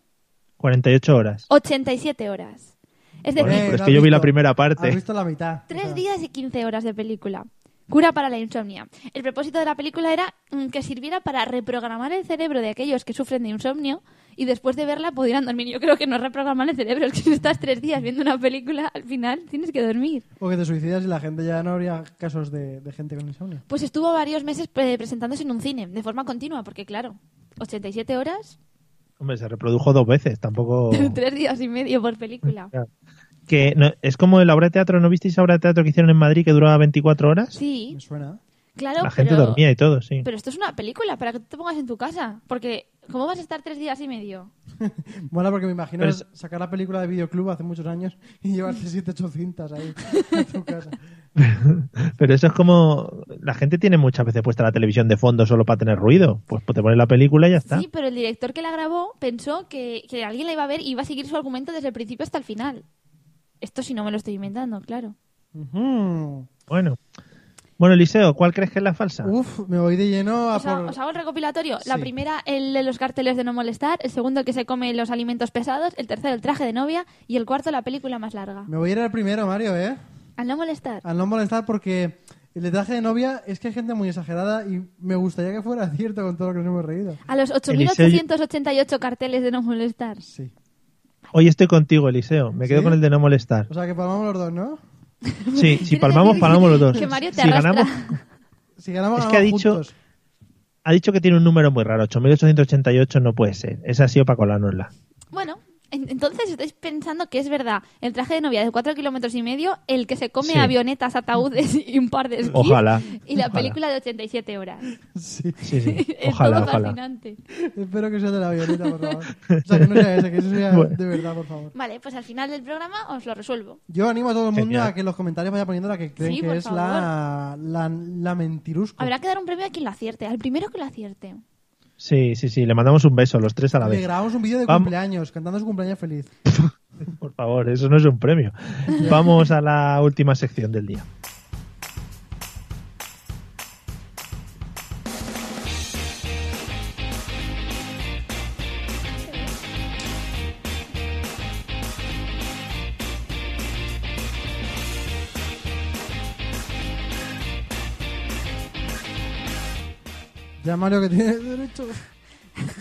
C: 48 horas.
F: Oh. 87 horas. Es
C: Bueno,
F: decir,
C: pero es
E: lo
C: que
E: Eh, has
C: yo vi la
E: visto.
C: primera parte.
E: Has visto la mitad. O
F: Tres
E: sea,
F: días y 15 horas de película. Cura para la insomnia. El propósito de la película era mm, que sirviera para reprogramar el cerebro de aquellos que sufren de insomnio y después de verla pudieran dormir. Yo creo que no es reprogramar el cerebro, es que si estás tres días viendo una película, al final tienes que dormir.
E: O que te suicidas y la gente ya no habría casos de, de gente con insomnio.
F: Pues estuvo varios meses pre- presentándose en un cine, de forma continua, porque claro, 87 horas,
C: Hombre, se reprodujo dos veces. Tampoco.
F: tres días y medio por película.
C: Claro. que no- es como la obra de teatro, ¿no visteis la obra de teatro que hicieron en Madrid que duraba 24 horas?
F: Sí,
E: Me suena.
F: claro,
C: la gente
F: pero,
C: dormía y todo, sí.
F: pero esto es una película para que tú te pongas en tu casa, porque ¿cómo vas a estar tres días y medio?
E: Mola porque me imagino
C: Pero es-
E: sacar la película de videoclub hace muchos años y llevarte siete ocho cintas ahí en tu casa.
C: Pero eso es como la gente tiene muchas veces puesta la televisión de fondo solo para tener ruido, pues te pones la película y ya está.
F: Sí, pero el director que la grabó pensó que, que alguien la iba a ver y iba a seguir su argumento desde el principio hasta el final. Esto si no me lo estoy inventando, claro.
E: Ujú.
C: Bueno. Bueno, Eliseo, ¿cuál crees que es la falsa?
F: Uh.
E: Uf, me voy de lleno
C: Ah,
E: a
F: Os hago,
E: por...
F: os hago el recopilatorio. La
E: Sí.
F: primera, el de los carteles de no molestar. El segundo, que se come los alimentos pesados. El tercero, el traje de novia. Y el cuarto, la película más larga.
E: Me voy a ir al primero, Mario, ¿eh?
F: Al no molestar.
E: Al no molestar porque el detalle de novia es que hay gente muy exagerada y me gustaría que fuera cierto con todo lo que nos hemos reído.
F: A los
C: Eliseo-
F: 8.888 carteles de no molestar.
E: Sí.
C: Hoy estoy contigo, Eliseo. Me quedo
E: ¿Sí?
C: con el de no molestar.
E: O sea, que palmamos los dos, ¿no?
C: Sí, si
F: Quiero
C: palmamos,
F: decir
C: palmamos los dos.
F: Que Mario te
C: si
F: arrastra.
C: ganamos,
E: Si ganamos,
C: Es que ha
E: ganamos
C: dicho-
E: juntos.
C: ha dicho que tiene un número muy raro. 8888 no puede ser. Esa ha sido para colárnosla.
F: Bueno, en- entonces estáis pensando que es verdad el traje de novia de cuatro kilómetros y medio, el que se come
C: Sí.
F: avionetas, ataúdes y un par de esquís,
C: Ojalá,
F: y la
C: ojalá.
F: película de 87 horas.
E: Sí.
C: Sí, sí.
F: es
C: Ojalá,
F: todo
C: ojalá.
F: fascinante.
E: Espero que sea de la violeta, por favor. O sea, que no sea ese, que ese sea
C: Bueno.
E: de verdad, por favor.
F: Vale, pues al final del programa os lo resuelvo.
E: Yo animo a todo el mundo
C: Genial.
E: a que en los comentarios vaya poniendo la que creen
F: Sí,
E: que
F: por
E: es la, la, la mentirusco.
F: Habrá que dar un premio a quien lo acierte, al primero que lo acierte.
C: Sí, sí, sí. Le mandamos un beso los tres a la
E: Le
C: vez.
E: grabamos un vídeo de
C: Vamos.
E: cumpleaños, cantando su cumpleaños feliz.
C: Por favor, eso no es un premio. Vamos a la última sección del día.
E: Ya Mario que tiene derecho.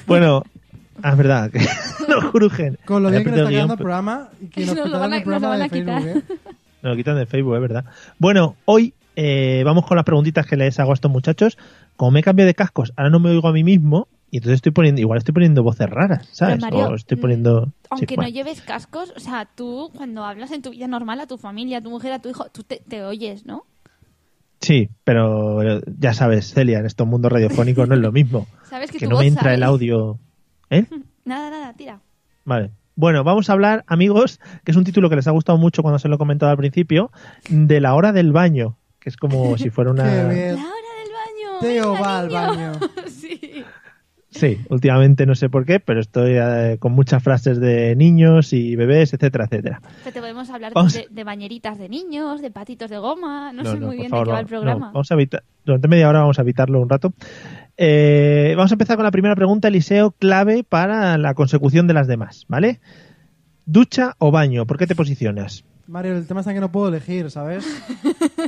C: Bueno, ah, es verdad que nos crujen.
E: Con lo
C: Había
E: bien que nos
C: apretado
E: está quedando el
C: guión,
E: programa y que nos,
F: Nos lo
E: quitaron
F: van a-
E: el programa
F: nos lo
E: de
F: van a
E: Facebook, ¿eh?
C: Nos lo quitan de Facebook, es verdad. Bueno, hoy eh, vamos con las preguntitas que les hago a estos muchachos. Como me cambio de cascos, ahora no me oigo a mí mismo y entonces estoy poniendo, igual estoy poniendo voces raras, ¿sabes?
F: Pero, Mario,
C: o estoy
F: mm,
C: poniendo. sí,
F: Aunque no
C: bueno.
F: lleves cascos, o sea, tú cuando hablas en tu vida normal a tu familia, a tu mujer, a tu hijo, tú te, te oyes, ¿no?
C: Sí, pero eh, ya sabes, Celia, en estos mundos radiofónicos no es lo mismo.
F: Sabes que,
C: que
F: tu
C: no
F: voz
C: me entra el
F: sale.
C: audio. ¿Eh?
F: Nada, nada, tira.
C: Vale. Bueno, vamos a hablar, amigos, que es un título que les ha gustado mucho cuando se lo he comentado al principio, de la hora del baño, que es como si fuera
E: Qué
C: una...
F: La
E: bien.
F: hora del baño.
E: Teo
F: venga,
E: va al
F: niño.
E: baño.
F: sí.
C: Sí, últimamente no sé por qué, pero estoy eh, con muchas frases de niños y bebés, etcétera, etcétera.
F: Pero te podemos hablar
C: Vamos.
F: de, de bañeritas de niños, de patitos de goma, no, sé
C: no,
F: muy
C: por
F: bien
C: favor,
F: de qué va
C: no,
F: el
C: no,
F: programa.
C: vamos a evitar, durante media hora vamos a evitarlo un rato. Eh, vamos a empezar con la primera pregunta, Eliseo, clave para la consecución de las demás, ¿vale? ¿Ducha o baño? ¿Por qué te posicionas?
E: Mario, el tema está en que no puedo elegir, ¿sabes?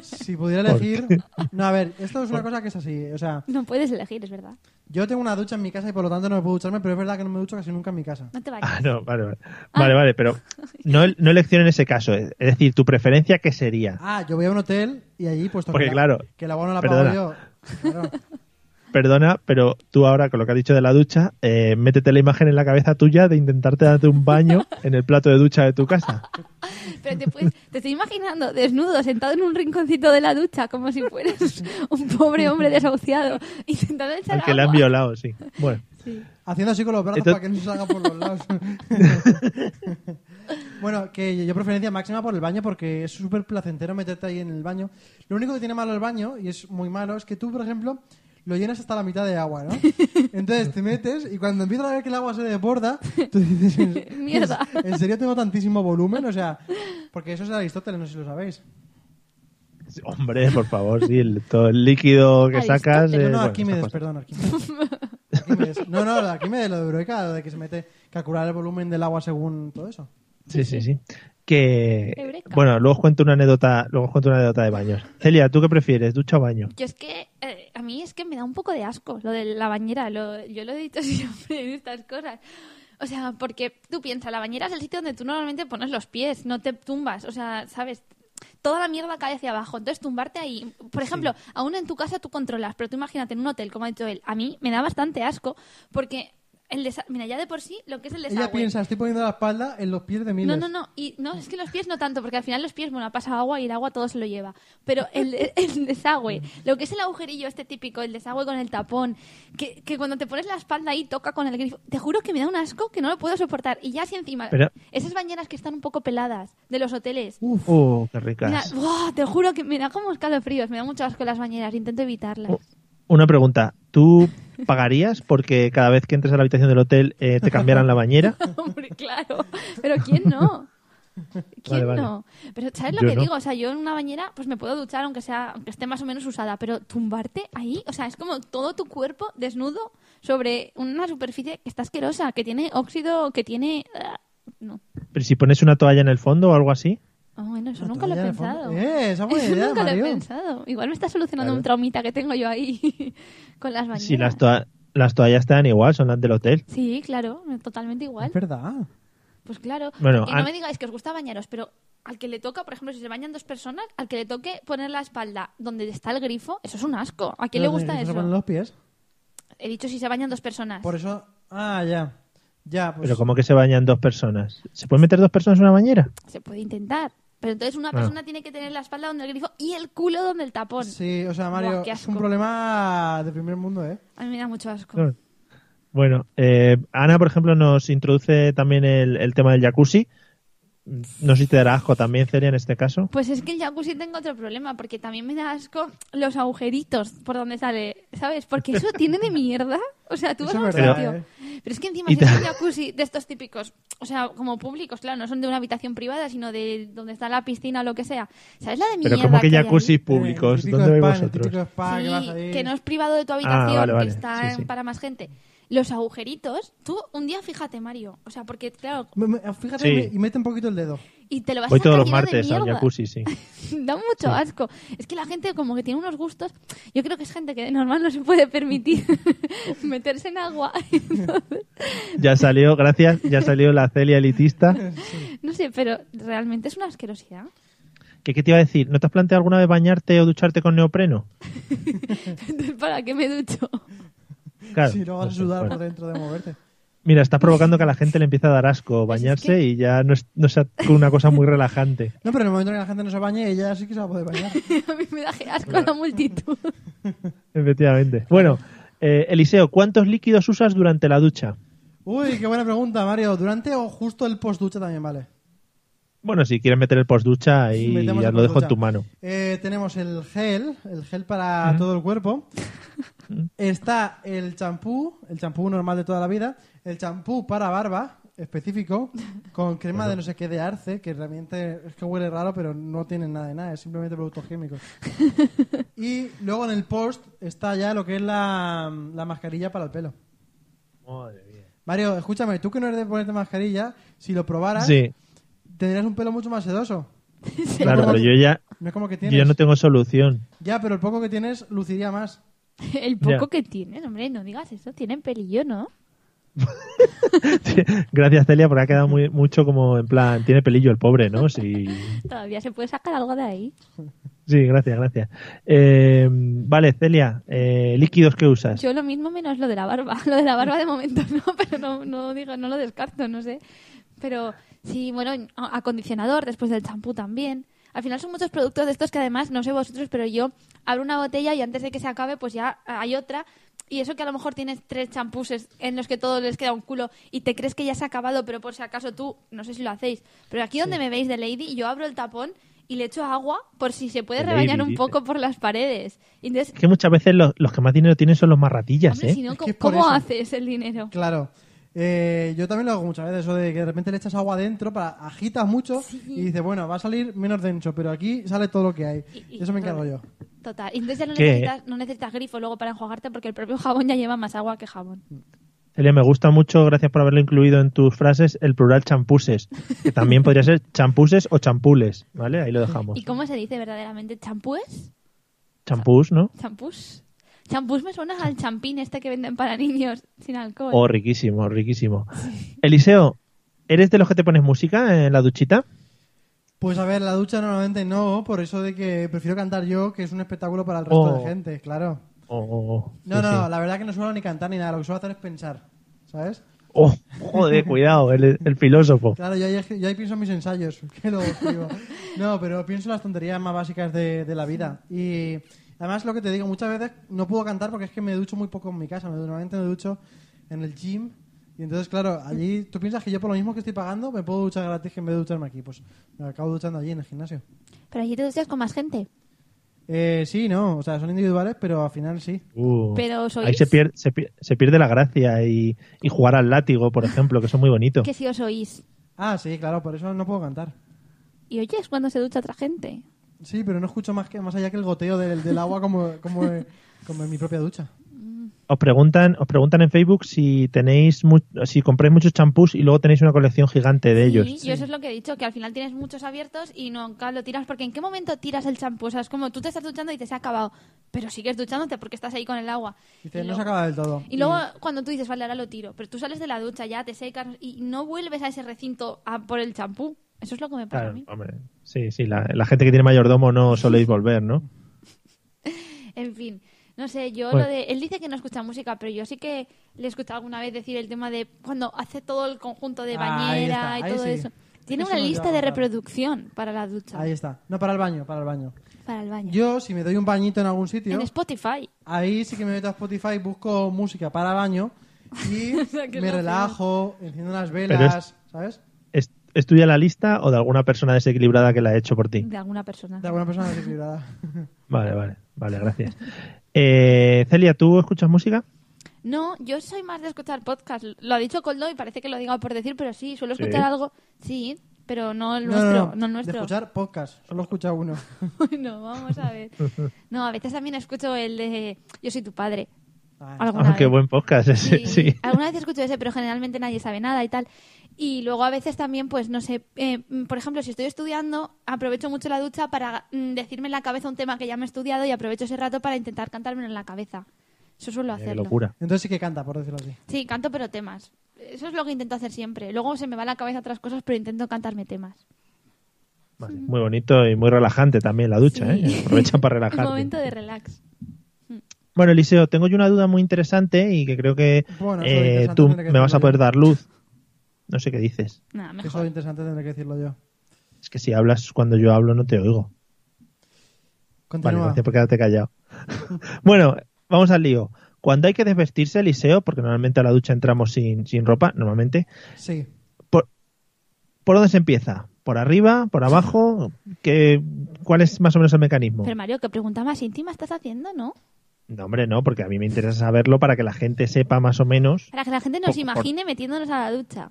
E: Si pudiera
C: ¿Por
E: elegir... No, a ver, esto es una cosa que es así. O sea,
F: No puedes elegir, es verdad.
E: yo tengo una ducha en mi casa y por lo tanto no me puedo ducharme, pero es verdad que no me ducho casi nunca en mi casa.
F: No te bañes.
C: Ah, no, vale, vale. Vale, vale, pero no, el- no elección en ese caso. Es decir, tu preferencia, ¿qué sería?
E: Ah, yo voy a un hotel y allí, puesto
C: Porque,
E: que, la-
C: claro,
E: que el abono la
C: perdona.
E: pago yo. Claro.
C: Perdona, pero tú ahora, con lo que has dicho de la ducha, eh, métete la imagen en la cabeza tuya de intentarte darte un baño en el plato de ducha de tu casa.
F: Pero te, puedes- te estoy imaginando desnudo, sentado en un rinconcito de la ducha, como si fueras un pobre hombre desahuciado, intentando echar
C: Al que le han
F: agua.
C: violado, sí. Bueno,
F: Sí.
E: Haciendo así con los brazos
C: Entonces-
E: para que no se salga por los lados. bueno, que yo preferencia máxima por el baño porque es súper placentero meterte ahí en el baño. Lo único que tiene malo el baño, y es muy malo, es que tú, por ejemplo, lo llenas hasta la mitad de agua, ¿no? Entonces te metes y cuando empiezas a ver que el agua se desborda, tú dices... "¿En-
F: Mierda.
E: ¿En serio tengo tantísimo volumen? O sea, porque eso es de Aristóteles, no sé si lo sabéis.
C: hombre, por favor, sí, el, todo el líquido que
F: Aristóteles.
C: sacas. eh,
E: No, no,
C: bueno,
E: aquí me
C: estas cosas.
E: des, perdón, aquí me des. Aquí me des. No, no, aquí me des lo de Eureka, lo de que se mete calcular el volumen del agua según todo eso.
C: Sí, sí, sí. Que,
F: Eureka.
C: bueno, luego os cuento una anécdota, luego os cuento una anécdota de baños. Celia, ¿tú qué prefieres, ducha o baño?
F: Yo es que, eh, a mí es que me da un poco de asco lo de la bañera. lo- yo lo he dicho siempre en estas cosas. O sea, porque tú piensas, la bañera es el sitio donde tú normalmente pones los pies, no te tumbas. O sea, ¿sabes? Toda la mierda cae hacia abajo. Entonces, tumbarte ahí. Por ejemplo, aún en tu casa tú controlas, pero tú imagínate en un hotel, como ha dicho él. A mí me da bastante asco porque. El desa- Mira, ya de por sí, lo que es el desagüe.
E: Ella piensa, estoy poniendo la espalda en los pies de miles.
F: No, no, no. Y no, es que los pies no tanto, porque al final los pies, bueno, pasa agua y el agua todo se lo lleva. Pero el, el desagüe, lo que es el agujerillo este típico, el desagüe con el tapón, que, que cuando te pones la espalda ahí toca con el grifo, te juro que me da un asco que no lo puedo soportar. Y ya si encima,
C: Pero-
F: esas bañeras que están un poco peladas de los hoteles,
C: Uf, uh, qué
F: mira,
C: ricas.
F: ¡buah! te juro que me da como escalofríos, me da mucho asco las bañeras, intento evitarlas.
C: U- Una pregunta. ¿Tú pagarías porque cada vez que entres a la habitación del hotel eh, te cambiaran la bañera?
F: Hombre, claro, pero ¿quién no? ¿Quién
C: Vale, vale.
F: no? Pero ¿sabes lo
C: Yo
F: que
C: no.
F: digo? O sea, yo en una bañera pues me puedo duchar aunque sea aunque esté más o menos usada, pero tumbarte ahí, o sea, es como todo tu cuerpo desnudo sobre una superficie que está asquerosa, que tiene óxido, que tiene ah, no.
C: Pero si pones una toalla en el fondo o algo así.
F: Ah, bueno, eso
E: Una
F: nunca lo he
E: toalla de fondo.
F: pensado.
E: Eh, esa buena
F: Eso
E: idea,
F: nunca lo
E: Mario.
F: he pensado. Igual me está solucionando
C: Claro.
F: un traumita que tengo yo ahí con las bañeras.
C: Si las, toa- las toallas te dan igual, son las del hotel.
F: Sí, claro, totalmente igual.
E: Es verdad.
F: Pues claro.
C: Bueno,
F: y
C: an-
F: no me digáis que os gusta bañaros, pero al que le toca, por ejemplo, si se bañan dos personas, al que le toque poner la espalda donde está el grifo, eso es un asco. ¿A quién le
E: Los
F: gusta
E: negros se
F: eso?
E: ponen los pies.
F: He dicho si se bañan dos personas.
E: Por eso. Ah, ya. Ya, pues.
C: Pero ¿cómo que se bañan dos personas? ¿Se pueden meter dos personas en una bañera?
F: Se puede intentar. Pero entonces una persona tiene que tener la espalda donde el grifo y el culo donde el tapón.
E: Sí, o sea, Mario,
F: Buah, qué
E: es un
F: asco.
E: problema de primer mundo, ¿eh?
F: A mí me da mucho asco.
C: Claro. Bueno, eh, Ana, por ejemplo, nos introduce también el, el tema del jacuzzi. No sé si te dará asco también, Celia, en este caso.
F: Pues es que el jacuzzi tengo otro problema, porque también me da asco los agujeritos por donde sale, ¿sabes? Porque eso tiene de mierda. O sea, tú vas
E: Eso
F: a
E: es
F: un
E: verdad,
F: sitio.
E: ¿eh?
F: Pero es que encima
C: Y
F: si es
C: ta-
F: un jacuzzi de estos típicos, o sea, como públicos, claro, no son de una habitación privada, sino de donde está la piscina o lo que sea. ¿Sabes la de mierda?
C: Pero ¿cómo que
F: hay ahí?
C: jacuzzi
E: Eh,
C: públicos?
E: el típico
C: ¿Dónde vais
E: spa, El
C: vosotros?
E: típico spa que
F: Sí,
E: vas ahí.
F: que no es privado de tu
C: Ah,
F: habitación,
C: vale, vale.
F: que está
C: Sí, sí.
F: para más gente. Los agujeritos, tú un día fíjate, Mario, o sea, porque claro,
E: Me- me- Fíjate
C: Sí.
E: y me- y mete un poquito el dedo.
F: y te lo vas
C: Voy
F: a sacar
C: todos los
F: lleno de
C: martes al
F: mierda.
C: jacuzzi, sí.
F: da mucho asco. Es que la gente como que tiene unos gustos. Yo creo que es gente que de normal no se puede permitir meterse en agua. Entonces,
C: Ya salió, gracias, ya salió la Celia elitista.
F: no sé, pero realmente es una asquerosidad.
C: ¿Qué, ¿Qué te iba a decir? ¿No te has planteado alguna vez bañarte o ducharte con neopreno?
F: Entonces, ¿para qué me ducho?
C: Claro. pues,
E: si no vas
C: no
E: a
C: sé,
E: sudar
C: bueno.
E: por dentro de moverte.
C: Mira, estás provocando que a la gente le empiece a dar asco
E: Pues
C: bañarse
F: que-
C: y ya no, es, no sea una cosa muy relajante.
E: No, pero en el momento en que la gente no se bañe, ella sí que se va a poder bañar.
F: A mí me da asco la multitud.
C: Efectivamente. Bueno, eh, Eliseo, ¿cuántos líquidos usas durante la ducha?
E: Uy, qué buena pregunta, Mario. ¿Durante o justo el post-ducha también vale?
C: Bueno, si quieres meter el postducha ahí
E: Metemos
C: ya
E: el
C: lo dejo
E: post-ducha.
C: en tu mano.
E: Eh, tenemos el gel, el gel para todo el cuerpo. Está el champú, el champú normal de toda la vida. El champú para barba, específico, con crema de no sé qué de arce, que realmente es que huele raro, pero no tiene nada de nada, es simplemente productos químicos. y luego en el post está ya lo que es la, la mascarilla para el pelo. Mario, escúchame, tú que no eres de ponerte mascarilla, si lo probaras,
C: Sí,
E: tendrías un pelo mucho más sedoso.
C: claro, pero yo ya,
E: No es como que
C: yo
E: tienes.
C: ya no tengo solución.
E: Ya, pero el poco que tienes luciría más.
F: El poco
C: Ya.
F: que tienen, hombre, no digas eso. Tienen pelillo, ¿no?
C: Gracias, Celia, porque ha quedado muy, mucho como en plan, tiene pelillo el pobre, ¿no? Sí,
F: Todavía se puede sacar algo de ahí.
C: sí gracias, gracias. Eh, vale, Celia, eh, líquidos que usas.
F: Yo lo mismo menos lo de la barba. Lo de la barba de momento no, pero no, no digo, no lo descarto, no sé. Pero sí, bueno, a- acondicionador después del champú también. Al final son muchos productos de estos que además, no sé vosotros, pero yo abro una botella y antes de que se acabe, pues ya hay otra. Y eso que a lo mejor tienes tres champús es- en los que todo les queda un culo y te crees que ya se ha acabado, pero por si acaso tú, no sé si lo hacéis, pero aquí donde me veis de Lady, yo abro el tapón y le echo agua por si se puede
C: De
F: rebañar
C: Lady,
F: un
C: dice.
F: poco por las paredes. Y entonces
C: Es que muchas veces los, los que más dinero tienen son los más ratillas,
F: Hombre,
C: ¿eh?
F: si no,
E: Es
F: ¿cómo,
E: que es por
F: cómo
E: eso.
F: haces el dinero?
E: Claro. Eh, yo también lo hago muchas veces, eso de que de repente le echas agua adentro, para, agitas mucho y dices, bueno, va a salir menos denso, pero aquí sale todo lo que hay.
F: Y- y-
E: eso me encargo yo.
F: Total. Y entonces ya no
C: ¿Qué?
F: necesitas, no necesitas grifo luego para enjuagarte porque el propio jabón ya lleva más agua que jabón.
C: Celia, me gusta mucho, gracias por haberlo incluido en tus frases, el plural champuses, que también podría ser champuses o champules, ¿vale? Ahí lo dejamos.
F: ¿Y cómo se dice verdaderamente? ¿Champúes?
C: Champús, ¿no?
F: ¿Champús? Champús me suena al champín este que venden para niños sin alcohol.
C: Oh, riquísimo, riquísimo. Eliseo, ¿eres de los que te pones música en la duchita?
E: Pues a ver, la ducha normalmente no, por eso de que prefiero cantar yo, que es un espectáculo para el resto
C: Oh.
E: de gente, claro.
C: O- o- o-
E: No,
C: Oh, sí,
E: no,
C: sí.
E: la verdad que no suelo ni cantar ni nada, lo que suelo hacer es pensar, ¿sabes?
C: Oh, joder, cuidado, el, el filósofo.
E: Claro, yo ahí, escri- yo ahí pienso en mis ensayos, que lo escribo. No, pero pienso en las tonterías más básicas de, de la vida. Y además lo que te digo, muchas veces no puedo cantar porque es que me ducho muy poco en mi casa. Me- Normalmente me ducho en el gym. Y entonces, claro, allí tú piensas que yo por lo mismo que estoy pagando me puedo duchar gratis que en vez de ducharme aquí. Pues me acabo duchando allí en el gimnasio.
F: Pero allí te duchas con más gente.
E: Eh, sí, no, o sea, son individuales, pero al final sí.
C: Uh,
F: Pero sois-
C: Ahí se pierde, se, pier- se pierde la gracia y, y jugar al látigo, por ejemplo, que son muy bonitos.
F: Que si os oís.
E: Ah, sí, claro, por eso no puedo cantar.
F: Y oyes cuando se ducha otra gente.
E: Sí, pero no escucho más que más allá que el goteo del, del agua como, como, como en mi propia ducha.
C: Os preguntan, os preguntan en Facebook si tenéis mu- si compráis muchos champús y luego tenéis una colección gigante de ellos.
F: Sí, yo eso es lo que he dicho, que al final tienes muchos abiertos y nunca lo tiras, porque ¿en qué momento tiras el champú? O sea, es como tú te estás duchando y te se ha acabado, pero sigues duchándote porque estás ahí con el agua.
E: Y te-
F: Y
E: no
F: luego-
E: se acaba del todo.
F: Y luego cuando tú dices, vale, ahora lo tiro, pero tú sales de la ducha, ya te secas y no vuelves a ese recinto a por el champú. Eso es lo que me pasa a
C: Claro,
F: mí.
C: hombre. Sí, sí, la, la gente que tiene mayordomo no soléis volver, ¿no?
F: En fin, no sé, yo
C: Bueno.
F: lo de... Él dice que no escucha música, pero yo sí que le he escuchado alguna vez decir el tema de cuando hace todo el conjunto de
E: Ahí
F: bañera
E: está,
F: y
E: ahí
F: todo
E: sí.
F: eso. Tiene
E: Eso
F: una
E: no
F: lista
E: llevaba,
F: de
E: claro.
F: reproducción para la ducha,
E: Ahí está. No, para el baño, para el baño.
F: para el baño.
E: Yo, si me doy un bañito en algún sitio,
F: En Spotify.
E: ahí sí que me meto a Spotify, busco música para baño y
F: sea, que
E: me
F: no,
E: relajo, enciendo unas
C: es-
E: velas, ¿sabes?
C: ¿Es, es tuya la lista o de alguna persona desequilibrada que la ha hecho por ti?
F: De alguna persona.
E: De alguna persona desequilibrada.
C: Vale, vale, vale, gracias. Eh, Celia, ¿tú escuchas música?
F: No, yo soy más de escuchar podcast. Lo ha dicho Coldo y parece que lo diga por decir, pero sí, suelo
C: Sí.
F: escuchar algo. Sí, pero no el
E: No,
F: nuestro. No,
E: no, no,
F: el nuestro.
E: De escuchar podcast, solo escucha uno.
F: no, vamos a ver. No, a veces también escucho el de Yo soy tu padre.
E: Ah,
F: Alguna
C: Ah, qué
F: vez.
C: buen podcast ese,
F: eh. Sí.
C: sí.
F: Alguna vez escucho ese, pero generalmente nadie sabe nada y tal. Y luego a veces también, pues no sé, eh, mm, por ejemplo, si estoy estudiando, aprovecho mucho la ducha para mm, decirme en la cabeza un tema que ya me he estudiado y aprovecho ese rato para intentar cantármelo en la cabeza. Eso suelo
C: Qué
F: hacerlo.
C: locura.
E: Entonces sí que canta, por decirlo así.
F: Sí, canto pero temas. Eso es lo que intento hacer siempre. Luego se me va a la cabeza otras cosas, pero intento cantarme temas.
C: Vale, Muy bonito y muy relajante también la ducha,
F: Sí.
C: ¿eh? Aprovecha para
F: Un
C: relajarte.
F: momento de relax.
C: Bueno, Eliseo, tengo yo una duda muy interesante y que creo que
E: Bueno, eso
C: eh,
E: es interesante,
C: tú
E: tendré que
C: me vas a
E: decirlo
C: poder
E: yo.
C: dar luz. No sé qué dices.
F: Nada,
E: Eso es
F: mejor.
E: interesante, tendré que decirlo yo.
C: Es que si hablas cuando yo hablo no te oigo. Vale,
E: Continúa.
C: gracias por quedarte callado. bueno, vamos al lío. Cuando hay que desvestirse, Eliseo, porque normalmente a la ducha entramos sin, sin ropa, normalmente,
E: Sí.
C: ¿por, por dónde se empieza? ¿Por arriba? ¿Por abajo? ¿Qué, ¿Cuál es más o menos el mecanismo?
F: Pero Mario, ¿qué pregunta más íntima estás haciendo, no?
C: No, hombre, no, porque a mí me interesa saberlo para que la gente sepa más o menos,
F: Para que la gente nos
C: Por-
F: imagine metiéndonos a la ducha.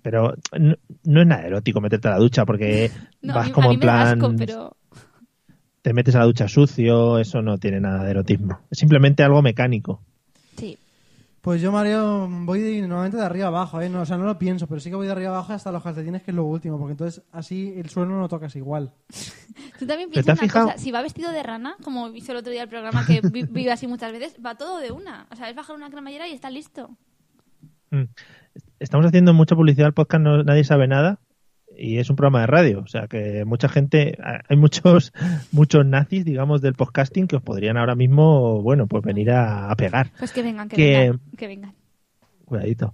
C: pero no, no es nada erótico meterte a la ducha porque
F: No, a
C: vas
F: mí,
C: como
F: a mí
C: en
F: me da
C: plan...
F: asco, pero...
C: Te metes a la ducha sucio, eso no tiene nada de erotismo. Es simplemente algo mecánico.
F: Sí.
E: Pues yo, Mario, voy de- normalmente de arriba abajo, ¿eh? No, o sea, no lo pienso, pero sí que voy de arriba abajo hasta los calcetines, que es lo último, porque entonces así el suelo no lo tocas igual.
F: Tú también
C: ¿Pero te
F: piensas
C: has
F: una
C: fijado?
F: cosa. Si va vestido de rana, como hizo el otro día el programa que vi- vive así muchas veces, va todo de una. O sea, es bajar una cremallera y está listo.
C: Mm. Estamos haciendo mucha publicidad al podcast, no- nadie sabe nada. Y es un programa de radio, o sea que mucha gente, a- hay muchos, muchos nazis, digamos, del podcasting que os podrían ahora mismo, bueno, pues venir a, a pegar.
F: Pues que vengan, que,
C: Que-
F: vengan. Que vengan.
C: Cuidadito.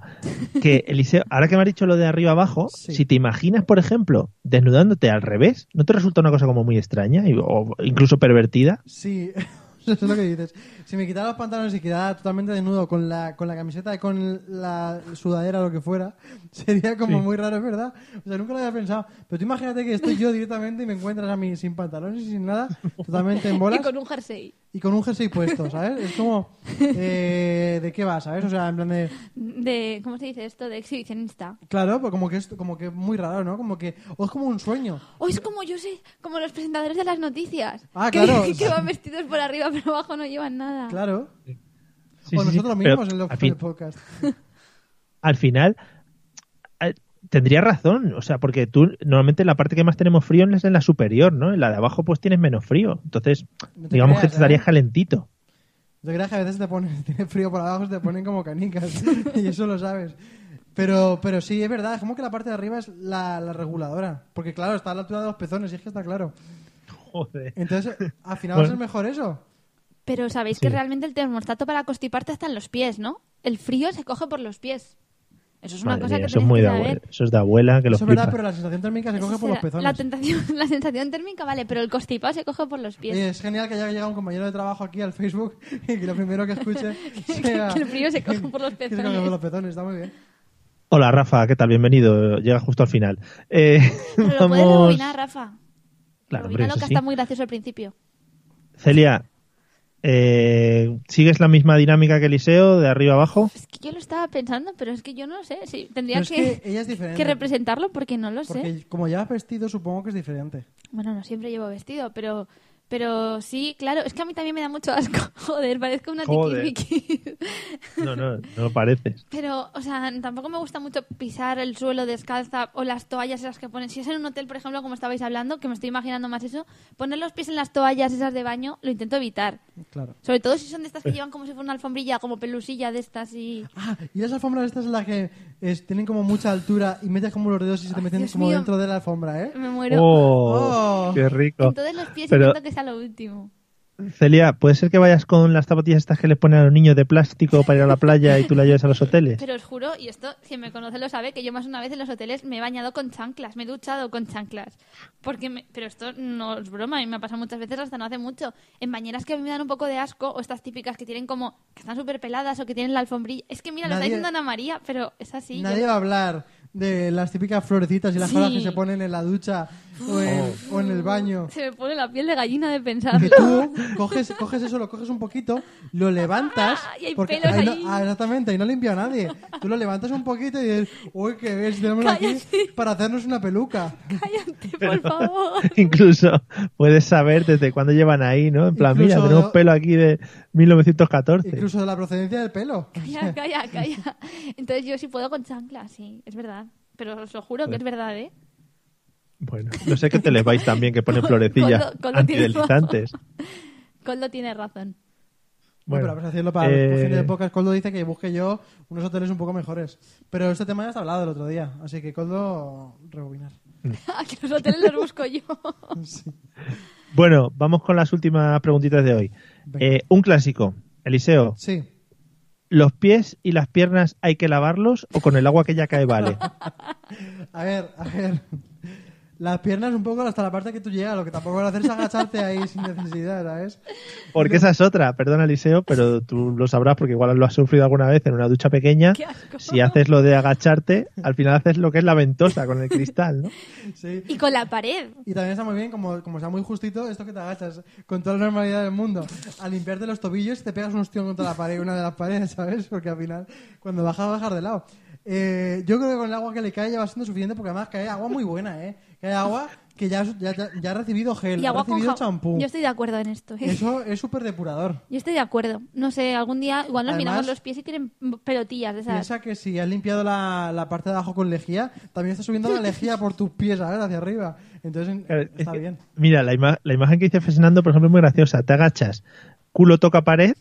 C: Que Eliseo, ahora que me has dicho lo de arriba abajo,
E: Sí.
C: si te imaginas, por ejemplo, desnudándote al revés, ¿no te resulta una cosa como muy extraña y- o incluso pervertida?
E: Sí, eso es lo que dices. Si me quitara los pantalones y quedara totalmente desnudo con la, con la camiseta y con la sudadera o lo que fuera, sería como muy raro, es verdad. O sea, nunca lo había pensado. Pero tú imagínate que estoy yo directamente y me encuentras a mí sin pantalones y sin nada, totalmente en bolas.
F: Y con un jersey.
E: y con un jersey puesto, ¿sabes? Es como, eh, ¿de qué vas, sabes? O sea, en plan de,
F: De, ¿Cómo se dice esto? De exhibicionista.
E: claro, pues como que es como que muy raro, ¿no? Como que, o es como un sueño.
F: Hoy ¡Oh, es como yo sé, como los presentadores de las noticias.
E: Ah,
F: que,
E: claro.
F: Que van vestidos por arriba, pero abajo no llevan nada.
E: Claro.
C: Ah. Sí,
E: o
C: sí, sí,
E: Pues
C: pero
E: nosotros mismos en los
C: al fin-
E: podcasts.
C: al final eh, tendría razón, o sea, porque tú normalmente la parte que más tenemos frío es en la superior, ¿no? En la de abajo pues tienes menos frío, entonces
E: No te
C: digamos que
E: creas,
C: te estarías
E: ¿eh?
C: calentito.
E: Yo creo que a veces te ponen, tiene frío por abajo, te ponen como canicas. y eso lo sabes. Pero, pero sí, es verdad, es como que la parte de arriba es la, la reguladora. Porque claro, está a la altura de los pezones, y es que está claro.
C: Joder.
E: Entonces, al final va a ser
C: Bueno.
E: mejor eso.
F: Pero sabéis que realmente el termostato para constiparte está en los pies, ¿no? El frío se coge por los pies. Eso es una
C: Madre
F: cosa
C: mía,
F: que
C: eso es
F: tenéis
C: muy
F: que
C: de
F: saber.
C: abuela, eso es de abuela que lo
E: Eso es verdad,
C: flipas.
E: pero la sensación térmica se
F: Eso
E: coge por
F: será-
E: los pezones.
F: La, tentación, la sensación térmica, vale, pero el constipado se coge por los pies.
E: Oye, es genial que haya llegado un compañero de trabajo aquí al Facebook y que lo primero que escuche sea...
F: que el frío se coge por los
E: que se coge
F: pezones.
E: por los pezones, está muy bien.
C: Hola Rafa, ¿qué tal? Bienvenido, llega justo al final. Eh,
F: pero lo puedes
C: vamos.
F: rebobinar, Rafa.
C: Claro, hombre,
F: Rebobínalo,
C: eso
F: que
C: sí.
F: está muy gracioso al principio.
C: Celia, eh, ¿sigues la misma dinámica que Eliseo, de arriba abajo?
F: Es que yo lo estaba pensando, pero es que yo no lo sé. Sí,
E: Pero
F: tendría
E: es que,
F: que,
E: ella es diferente.
F: que representarlo porque no lo sé.
E: Porque como llevas vestido, supongo que es diferente.
F: Bueno, no siempre llevo vestido, pero pero sí, claro. Es que a mí también me da mucho asco. Joder, parezco una
C: Joder.
F: tiquismiquis.
C: No, no, no lo parece.
F: Pero, o sea, tampoco me gusta mucho pisar el suelo descalza o las toallas esas que ponen. Si es en un hotel, por ejemplo, como estabais hablando, que me estoy imaginando más eso, poner los pies en las toallas esas de baño lo intento evitar.
E: Claro.
F: Sobre todo si son de estas
C: Eh.
F: que llevan como si fuera una alfombrilla, como pelusilla de estas y...
E: Ah, y las alfombras estas en las que es- tienen como mucha altura y metes como los dedos y se te
F: Ay,
E: meten
F: Dios
E: como
F: mío.
E: dentro de la alfombra, ¿eh?
F: Me muero.
C: Ah. ¡Oh!
E: Oh.
C: ¡Qué rico!
F: Entonces los pies
C: Pero-
F: intento que sea lo último.
C: Celia, ¿puede ser que vayas con las zapatillas estas que les ponen a los niños de plástico para ir a la playa y tú las lleves a los hoteles?
F: Pero os juro, y esto, quien me conoce lo sabe, que yo más una vez en los hoteles me he bañado con chanclas, me he duchado con chanclas. Porque me- Pero esto no es broma, a mí me ha pasado muchas veces hasta no hace mucho. En bañeras que a mí me dan un poco de asco, o estas típicas que tienen como... que están súper peladas o que tienen la alfombrilla. Es que mira, lo está
E: Nadie-
F: diciendo Ana María, pero es así. yo-
E: Nadie va a hablar de las típicas florecitas y las
F: Sí.
E: horas que se ponen en la ducha o en, o en el baño.
F: Se me pone la piel de gallina de pensarlo.
E: Que tú coges, coges eso, lo coges un poquito, lo levantas.
F: Ah, y hay pelos
E: ahí no-
F: ahí.
E: ah, exactamente, y no limpia a nadie. Tú lo levantas un poquito y dices, uy, qué ves, tenémoslo aquí
F: Cállate.
E: para hacernos una peluca.
F: Cállate, por favor.
C: Incluso puedes saber desde cuándo llevan ahí, ¿no? En plan, mira,
E: Incluso-
C: tenemos un pelo aquí de 1914.
E: Incluso de la procedencia del pelo.
F: Calla, calla, calla. Entonces yo sí puedo con chanclas, sí, es verdad. Pero os lo juro que es verdad, ¿eh?
C: Bueno, no sé qué te les vais también que ponen
F: Con-
C: florecillas
F: con lo- con lo
C: antideslizantes.
F: Coldo tiene razón.
C: Bueno,
E: Bueno, pero vamos a hacerlo para
C: eh,
E: los cojines de podcast. Coldo dice que busque yo unos hoteles un poco mejores. Pero este tema ya está hablado el otro día, así que Coldo, rebobinar.
F: Ah, que los hoteles los busco yo.
E: Sí.
C: Bueno, vamos con las últimas preguntitas de hoy.
E: Venga.
C: Eh, un clásico. Eliseo,
E: Sí.
C: ¿los pies y las piernas hay que lavarlos o con el agua que ya cae vale?
E: A ver, a ver. Las piernas un poco hasta la parte que tú llegas, lo que tampoco van a hacer es agacharte ahí sin necesidad, ¿sabes?
C: Porque esa es otra, perdona Eliseo, pero tú lo sabrás porque igual lo has sufrido alguna vez en una ducha pequeña.
F: Qué asco.
C: Si haces lo de agacharte, al final haces lo que es la ventosa con el cristal, ¿no?
E: Sí.
F: Y con la pared.
E: Y también está muy bien, como, como está muy justito, esto que te agachas con toda la normalidad del mundo. Al limpiarte los tobillos te pegas un ostión contra la pared, una de las paredes, ¿sabes? Porque al final, cuando bajas, vas a bajar de lado. Eh, yo creo que con el agua que le cae ya va siendo suficiente, porque además cae agua muy buena, ¿eh? Cae agua que ya, ya, ya- ya ha recibido gel,
F: Y
E: ha
F: agua con
E: recibido
F: jabón.
E: champú.
F: Yo estoy de acuerdo en esto. ¿eh?
E: Eso es súper depurador.
F: Yo estoy de acuerdo. No sé, algún día igual nos
E: Además-
F: miramos los pies y tienen pelotillas de esas.
E: Piensa que si has limpiado la, la parte de abajo con lejía, también está subiendo la lejía por tus pies, ¿sabes? Hacia arriba. Entonces
C: Claro, es
E: está
C: que-
E: bien.
C: Mira, la, ima- la imagen que dice Fernando, por ejemplo, es muy graciosa. Te agachas, culo toca pared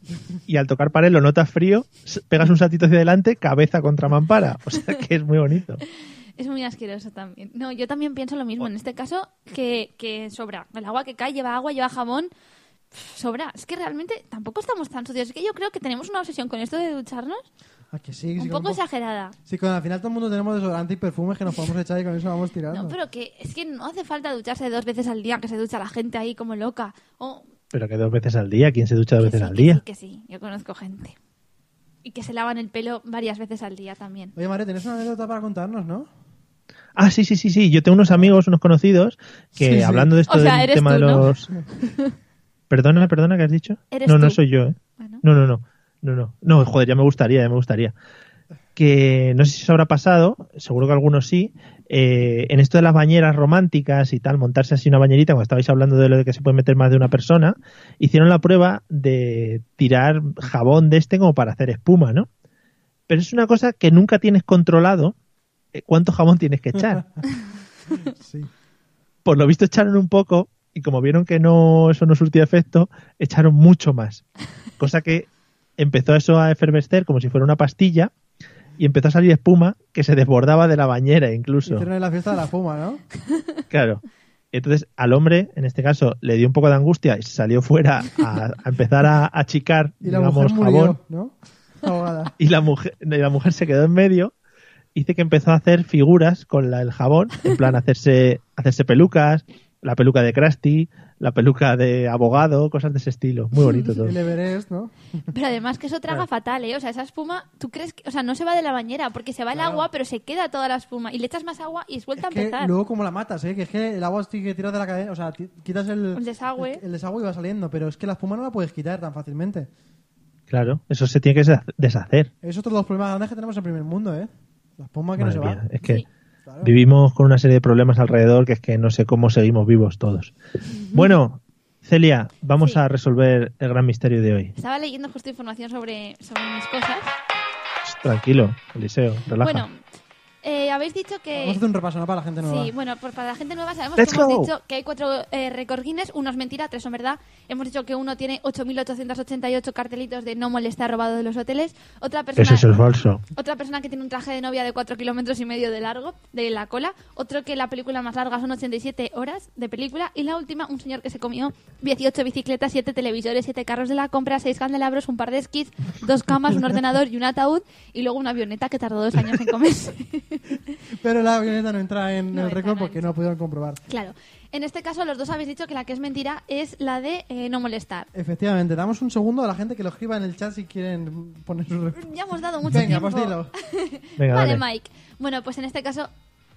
C: y al tocar pared lo notas frío, s- pegas un saltito hacia adelante, cabeza contra mampara. O sea que es muy bonito.
F: Es muy asqueroso también. No, yo también pienso lo mismo. En este caso, que, que sobra. El agua que cae lleva agua, lleva jabón. Pff, Sobra. Es que realmente tampoco estamos tan sucios. Es que yo creo que tenemos una obsesión con esto de ducharnos
E: ¿A que sí?
F: un
E: Sí,
F: poco
E: con-
F: exagerada.
E: Sí, con- al final todo el mundo tenemos desodorante y perfumes que nos podemos echar y con eso vamos tirando.
F: No, pero que es que no hace falta ducharse dos veces al día, que se ducha la gente ahí como loca. O
C: Pero que dos veces al día, ¿quién se ducha dos
F: que
C: veces
F: sí,
C: al
F: que sí,
C: día?
F: que sí. Yo conozco gente. Y que se lavan el pelo varias veces al día también.
E: Oye, Mario, tenés una anécdota para contarnos, ¿no?
C: Ah, sí, sí, sí, sí. Yo tengo unos amigos, unos conocidos, que
E: Sí, sí.
C: hablando de esto
F: O sea,
C: del
F: eres
C: tema de
F: tú, ¿no?
C: los. Perdona, perdona, ¿qué has dicho?
F: Eres
C: no, no
F: tú.
C: soy yo, ¿eh?
F: Bueno,
C: No, no, no. No, no. No, joder, ya me gustaría, ya me gustaría. Que no sé si os habrá pasado, seguro que algunos sí, eh, en esto de las bañeras románticas y tal, montarse así una bañerita, cuando estabais hablando de lo de que se puede meter más de una persona, hicieron la prueba de tirar jabón de este como para hacer espuma, ¿no? Pero es una cosa que nunca tienes controlado eh, cuánto jabón tienes que echar
E: Sí.
C: por lo visto echaron un poco y como vieron que no eso no surtía efecto, echaron mucho más. Cosa que empezó eso a efervescer como si fuera una pastilla y empezó a salir espuma que se desbordaba de la bañera incluso.
E: Hicieron en la fiesta de la fuma, ¿no?
C: Claro. Entonces al hombre, en este caso, le dio un poco de angustia y salió fuera a, a empezar a achicar,
E: Y la
C: digamos,
E: mujer murió,
C: jabón.
E: ¿no? Ahogada.
C: Y la mujer, y la mujer se quedó en medio. Dice que empezó a hacer figuras con la- el jabón, en plan hacerse, hacerse pelucas, la peluca de Krusty, la peluca de abogado, cosas de ese estilo. Muy bonito todo.
E: El Everest, ¿no?
F: Pero además que eso traga fatal, ¿eh? O sea, esa espuma, tú crees que, o sea, no se va de la bañera porque se va el agua, pero se queda toda la espuma y le echas más agua y es vuelta
E: Es
F: a
E: que
F: empezar.
E: luego como la matas, ¿eh? Que es que el agua tiene que tirar de la cadena, o sea, ti- quitas el,
F: El desagüe.
E: El, el desagüe y va saliendo, pero es que la espuma no la puedes quitar tan fácilmente.
C: Claro, eso se tiene que deshacer.
E: Es otro de los problemas grandes que tenemos en el primer mundo, ¿eh? La espuma que
C: Madre
E: no se
C: mía,
E: va.
C: es que
F: Sí.
E: Claro.
C: vivimos con una serie de problemas alrededor que es que no sé cómo seguimos vivos todos. Bueno, Celia, vamos
F: Sí.
C: a resolver el gran misterio de hoy.
F: Estaba leyendo justo información sobre, sobre mis cosas.
C: Tranquilo, Eliseo, relaja.
F: Bueno, eh, habéis dicho que...
E: Vamos a hacer un repaso, ¿no? Para la gente nueva.
F: Sí, bueno, pues para la gente nueva sabemos
C: Let's
F: que hemos
C: go.
F: dicho que hay cuatro eh, récord Guinness, uno es mentira, tres son verdad. Hemos dicho que uno tiene 8.888 cartelitos de no molestar robado de los hoteles. Otra persona,
C: Eso, eso es falso.
F: otra persona que tiene un traje de novia de 4 kilómetros y medio de largo, de la cola. Otro que la película más larga son 87 horas de película. Y la última, un señor que se comió 18 bicicletas, 7 televisores, 7 carros de la compra, 6 candelabros, un par de esquís, dos camas, un ordenador y un ataúd. Y luego una avioneta que tardó dos años en comerse.
E: Pero la avioneta no entra en
F: No
E: el
F: entra,
E: récord
F: no
E: porque
F: entra.
E: no pudieron comprobar.
F: Claro. En este caso, los dos habéis dicho que la que es mentira es la de eh, no molestar.
E: Efectivamente, damos un segundo a la gente que lo escriba en el chat si quieren poner su récord.
F: Ya hemos dado mucho
E: Venga, pues
F: tiempo.
E: dilo.
C: Venga, dale.
F: vale, Mike. Bueno, pues en este caso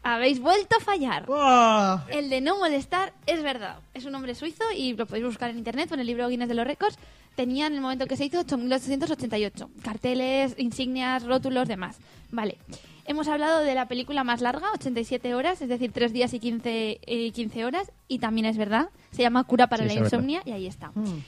F: habéis vuelto a fallar.
E: ¡Buah!
F: El de no molestar es verdad. Es un hombre suizo y lo podéis buscar en internet o en el libro Guinness de los Récords. Tenía en el momento que se hizo 8.888. Carteles, insignias, rótulos, demás. Vale. Hemos hablado de la película más larga, 87 horas, es decir, 3 días y 15, y 15 horas. Y también es verdad. Se llama Cura para
C: Sí,
F: la
C: es verdad.
F: Insomnia y ahí está.
E: Mm.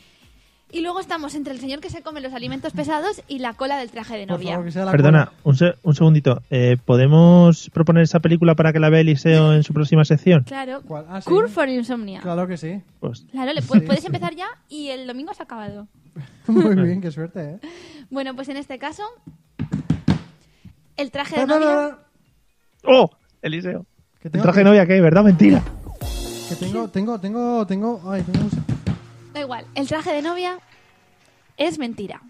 F: Y luego estamos entre el señor que se come los alimentos pesados y la cola del traje de
E: Por
F: novia.
E: favor, que sea la
C: Perdona,
E: cola.
C: un, se- un segundito. Eh, ¿Podemos proponer esa película para que la vea Eliseo en su próxima sección?
F: Claro.
E: ¿Cuál? Ah, sí.
F: Cure for Insomnia. Claro,
E: Claro que sí.
C: Pues,
F: le pu- puedes empezar ya y el domingo se ha acabado.
E: Muy bien, qué suerte, ¿eh?
F: Bueno, pues en este caso, el traje de
E: No, no, no,
F: novia.
E: no.
C: ¡Oh! Eliseo.
E: Que
C: El
E: tengo,
C: traje de novia que ¿verdad? o Mentira.
E: que tengo, tengo, tengo, tengo, ay, tengo música.
F: Da igual, el traje de novia es mentira.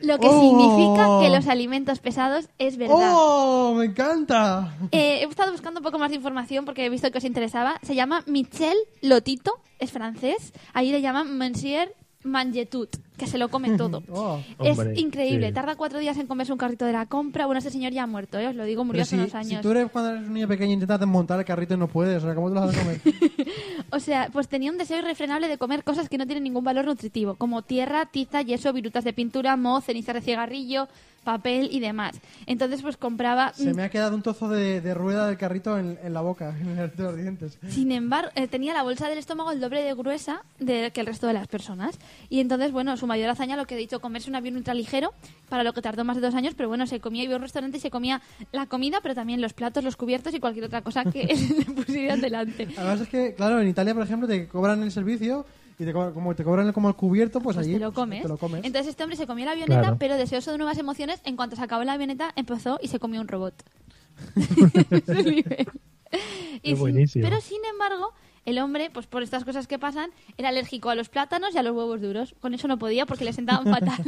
F: Lo que
E: Oh.
F: significa que los alimentos pesados es verdad.
E: ¡Oh! ¡Me encanta!
F: Eh, he estado buscando un poco más de información porque he visto que os interesaba. Se llama Michel Lotito, es francés. Ahí le llaman Monsieur Mangetout, que se lo come todo.
E: Oh.
F: es
C: Hombre,
F: increíble.
C: sí.
F: Tarda cuatro días en comerse un carrito de la compra. Bueno, este señor ya ha muerto, ¿eh? os lo digo, murió
E: Pero
F: hace
E: si,
F: unos años.
E: si tú eres cuando eres un niño pequeño intentas desmontar el carrito y no puedes, o sea, ¿cómo te lo vas a comer?
F: O sea, pues tenía un deseo irrefrenable de comer cosas que no tienen ningún valor nutritivo, como tierra, tiza, yeso, virutas de pintura, moho, cenizas de cigarrillo, papel y demás. Entonces, pues compraba...
E: Se me ha quedado un tozo de, de rueda del carrito en, en la boca, en el- de los dientes.
F: Sin embargo, eh, tenía la bolsa del estómago el doble de gruesa de que el resto de las personas. Y entonces, bueno, su mayor hazaña, lo que he dicho, comerse un avión ultraligero, para lo que tardó más de dos años, pero bueno, se comía, iba a un restaurante y se comía la comida, pero también los platos, los cubiertos y cualquier otra cosa que le pusieran delante.
E: Además es que, claro, en Italia, por ejemplo, te cobran el servicio y te co- como te cobran el- como el cubierto, pues,
F: Pues
E: allí
F: te lo comes.
E: te lo comes.
F: Entonces este hombre se comió la avioneta,
C: Claro.
F: pero deseoso de nuevas emociones, en cuanto se acabó la avioneta, empezó y se comió un robot. Ese nivel. Y sin-
C: buenísimo.
F: pero sin embargo, el hombre, pues por estas cosas que pasan, era alérgico a los plátanos y a los huevos duros. Con eso no podía porque le sentaban fatal.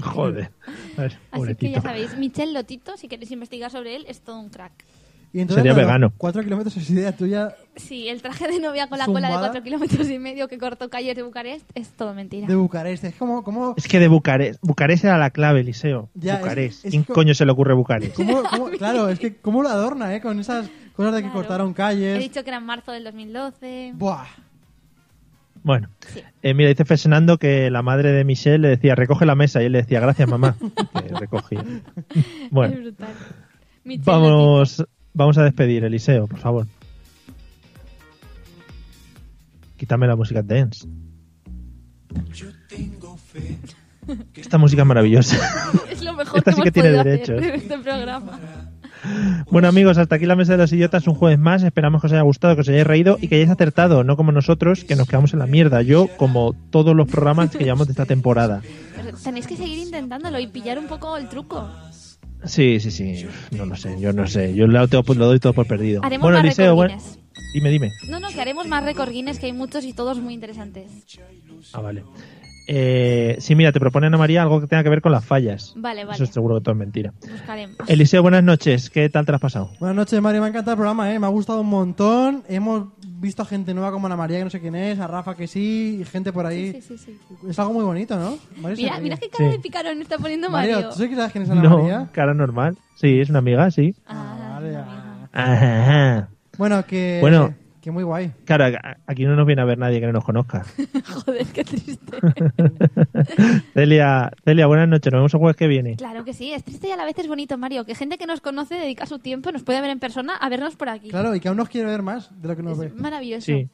C: Joder. A ver,
F: Así que
C: pobrecito.
F: ya sabéis, Michel Lotito, si queréis investigar sobre él, es todo un crack.
E: y entonces,
C: Sería
E: lo de los
C: vegano.
E: Cuatro kilómetros es idea tuya
F: Sí, el traje de novia con la cola de
E: Zumbada.
F: 4 kilómetros y medio que cortó calles de Bucarest es todo mentira.
E: de Bucarest. Es como, como,
C: Es que de Bucarest. Bucarest era la clave, Eliseo.
E: Ya, es-
C: Bucarest.
E: es
C: ¿Quién
E: co-
C: coño se le ocurre Bucarest?
E: como- como- claro, es que cómo lo adorna, ¿eh? Con esas cosas de que
F: Claro.
E: cortaron
F: He
E: calles.
F: dicho que era en marzo del 2012.
E: Buah.
C: Bueno.
F: Sí.
C: Eh, mira, dice Fernando que la madre de Michelle le decía, recoge la mesa. Y él le decía, gracias, mamá. que recogía.
F: Es
C: Bueno,
F: brutal. Michel Lotito.
C: vamos, vamos a despedir, Eliseo, por favor. Quítame la música dance. Esta música es maravillosa.
F: Es lo mejor
C: Esta
F: que
C: sí
F: hemos
C: que tiene
F: podido
C: derechos.
F: hacer en este programa.
C: Bueno amigos, hasta aquí la mesa de los idiotas un jueves más. Esperamos que os haya gustado, que os hayáis reído y que hayáis acertado, no como nosotros, que nos quedamos en la mierda. Yo, como todos los programas que llevamos de esta temporada.
F: Pero tenéis que seguir intentándolo y pillar un poco el truco.
C: Sí, sí, sí. No lo sé, yo no sé. Yo lo, tengo- lo doy todo por perdido.
F: Haremos
C: bueno,
F: más
C: Eliseo,
F: récord
C: bueno.
F: Guinness.
C: Dime, dime.
F: No, no, que haremos más récord Guinness, que hay muchos y todos muy interesantes.
C: Ah, vale. Eh, sí, mira, te propone Ana María algo que tenga que ver con las fallas.
F: Vale,
C: Eso
F: vale.
C: es seguro que todo es mentira.
F: Buscaremos.
C: Eliseo, buenas noches. ¿Qué tal te lo has pasado?
E: Buenas noches, Mario. Me ha encantado el programa, ¿eh? Me ha gustado un montón. Hemos visto a gente nueva como Ana María, que no sé quién es, a Rafa, que sí, y gente por ahí.
F: Sí, sí, sí, sí.
E: Es algo muy bonito, ¿no? Mario se
F: Mira,
E: ríe.
F: mira qué cara
C: Sí.
F: de picarón está poniendo
E: Mario,
F: Mario.
E: ¿tú sí que sabes quién es Ana
C: No,
E: María?
C: cara normal. Sí, es una amiga, sí.
F: Ah,
E: Vale,
F: amiga.
E: ah.
C: Ajá.
E: Bueno, que,
C: Bueno.
E: que muy guay.
C: Claro, a- aquí no nos viene a ver nadie que no nos conozca.
F: Joder, qué triste.
C: Celia, Celia, buenas noches. Nos vemos el jueves que viene.
F: Claro que sí, es triste y a la vez es bonito, Mario, que gente que nos conoce dedica su tiempo, nos puede ver en persona, a vernos por aquí.
E: Claro, y que aún nos quiere ver más de lo que nos ve.
F: Es maravilloso.
C: Sí.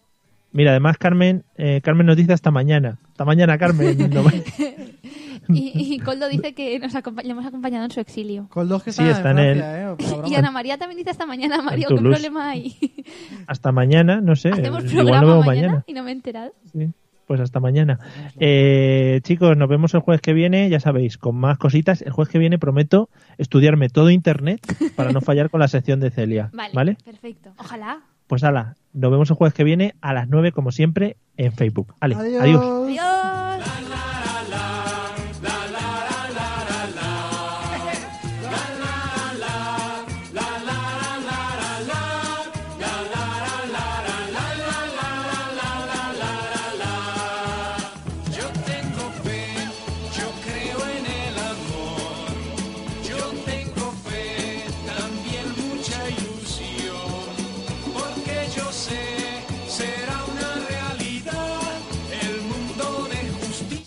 C: Mira, además Carmen, eh, Carmen nos dice hasta mañana. Hasta mañana, Carmen. No me-
F: Y, y Coldo dice que nos acompa- le hemos acompañado en su exilio.
E: Con dos que
C: Sí,
E: están
C: está en
E: en
C: el-
E: Francia, ¿eh? O para
F: Y
E: broma.
F: Ana María también dice hasta mañana, Mario, ¿qué
C: Toulouse.
F: problema hay?
C: hasta mañana, no sé.
F: Hacemos
C: Igual
F: programa
C: nos vemos
F: mañana,
C: mañana.
F: y no me he enterado.
C: Sí, Pues hasta mañana. Eh, chicos, nos vemos el jueves que viene, ya sabéis, con más cositas. El jueves que viene prometo estudiarme todo Internet para no fallar con la sección de Celia.
F: Vale,
C: ¿Vale?
F: perfecto. Ojalá.
C: Pues ala, nos vemos el jueves que viene a las 9 como siempre en Facebook. Ale, adiós.
E: Adiós.
F: Adiós.
H: Yo tengo fe, yo creo en el amor. Yo tengo fe, también mucha ilusión. Porque yo sé, será una realidad el mundo de justicia.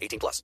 B: 18 plus.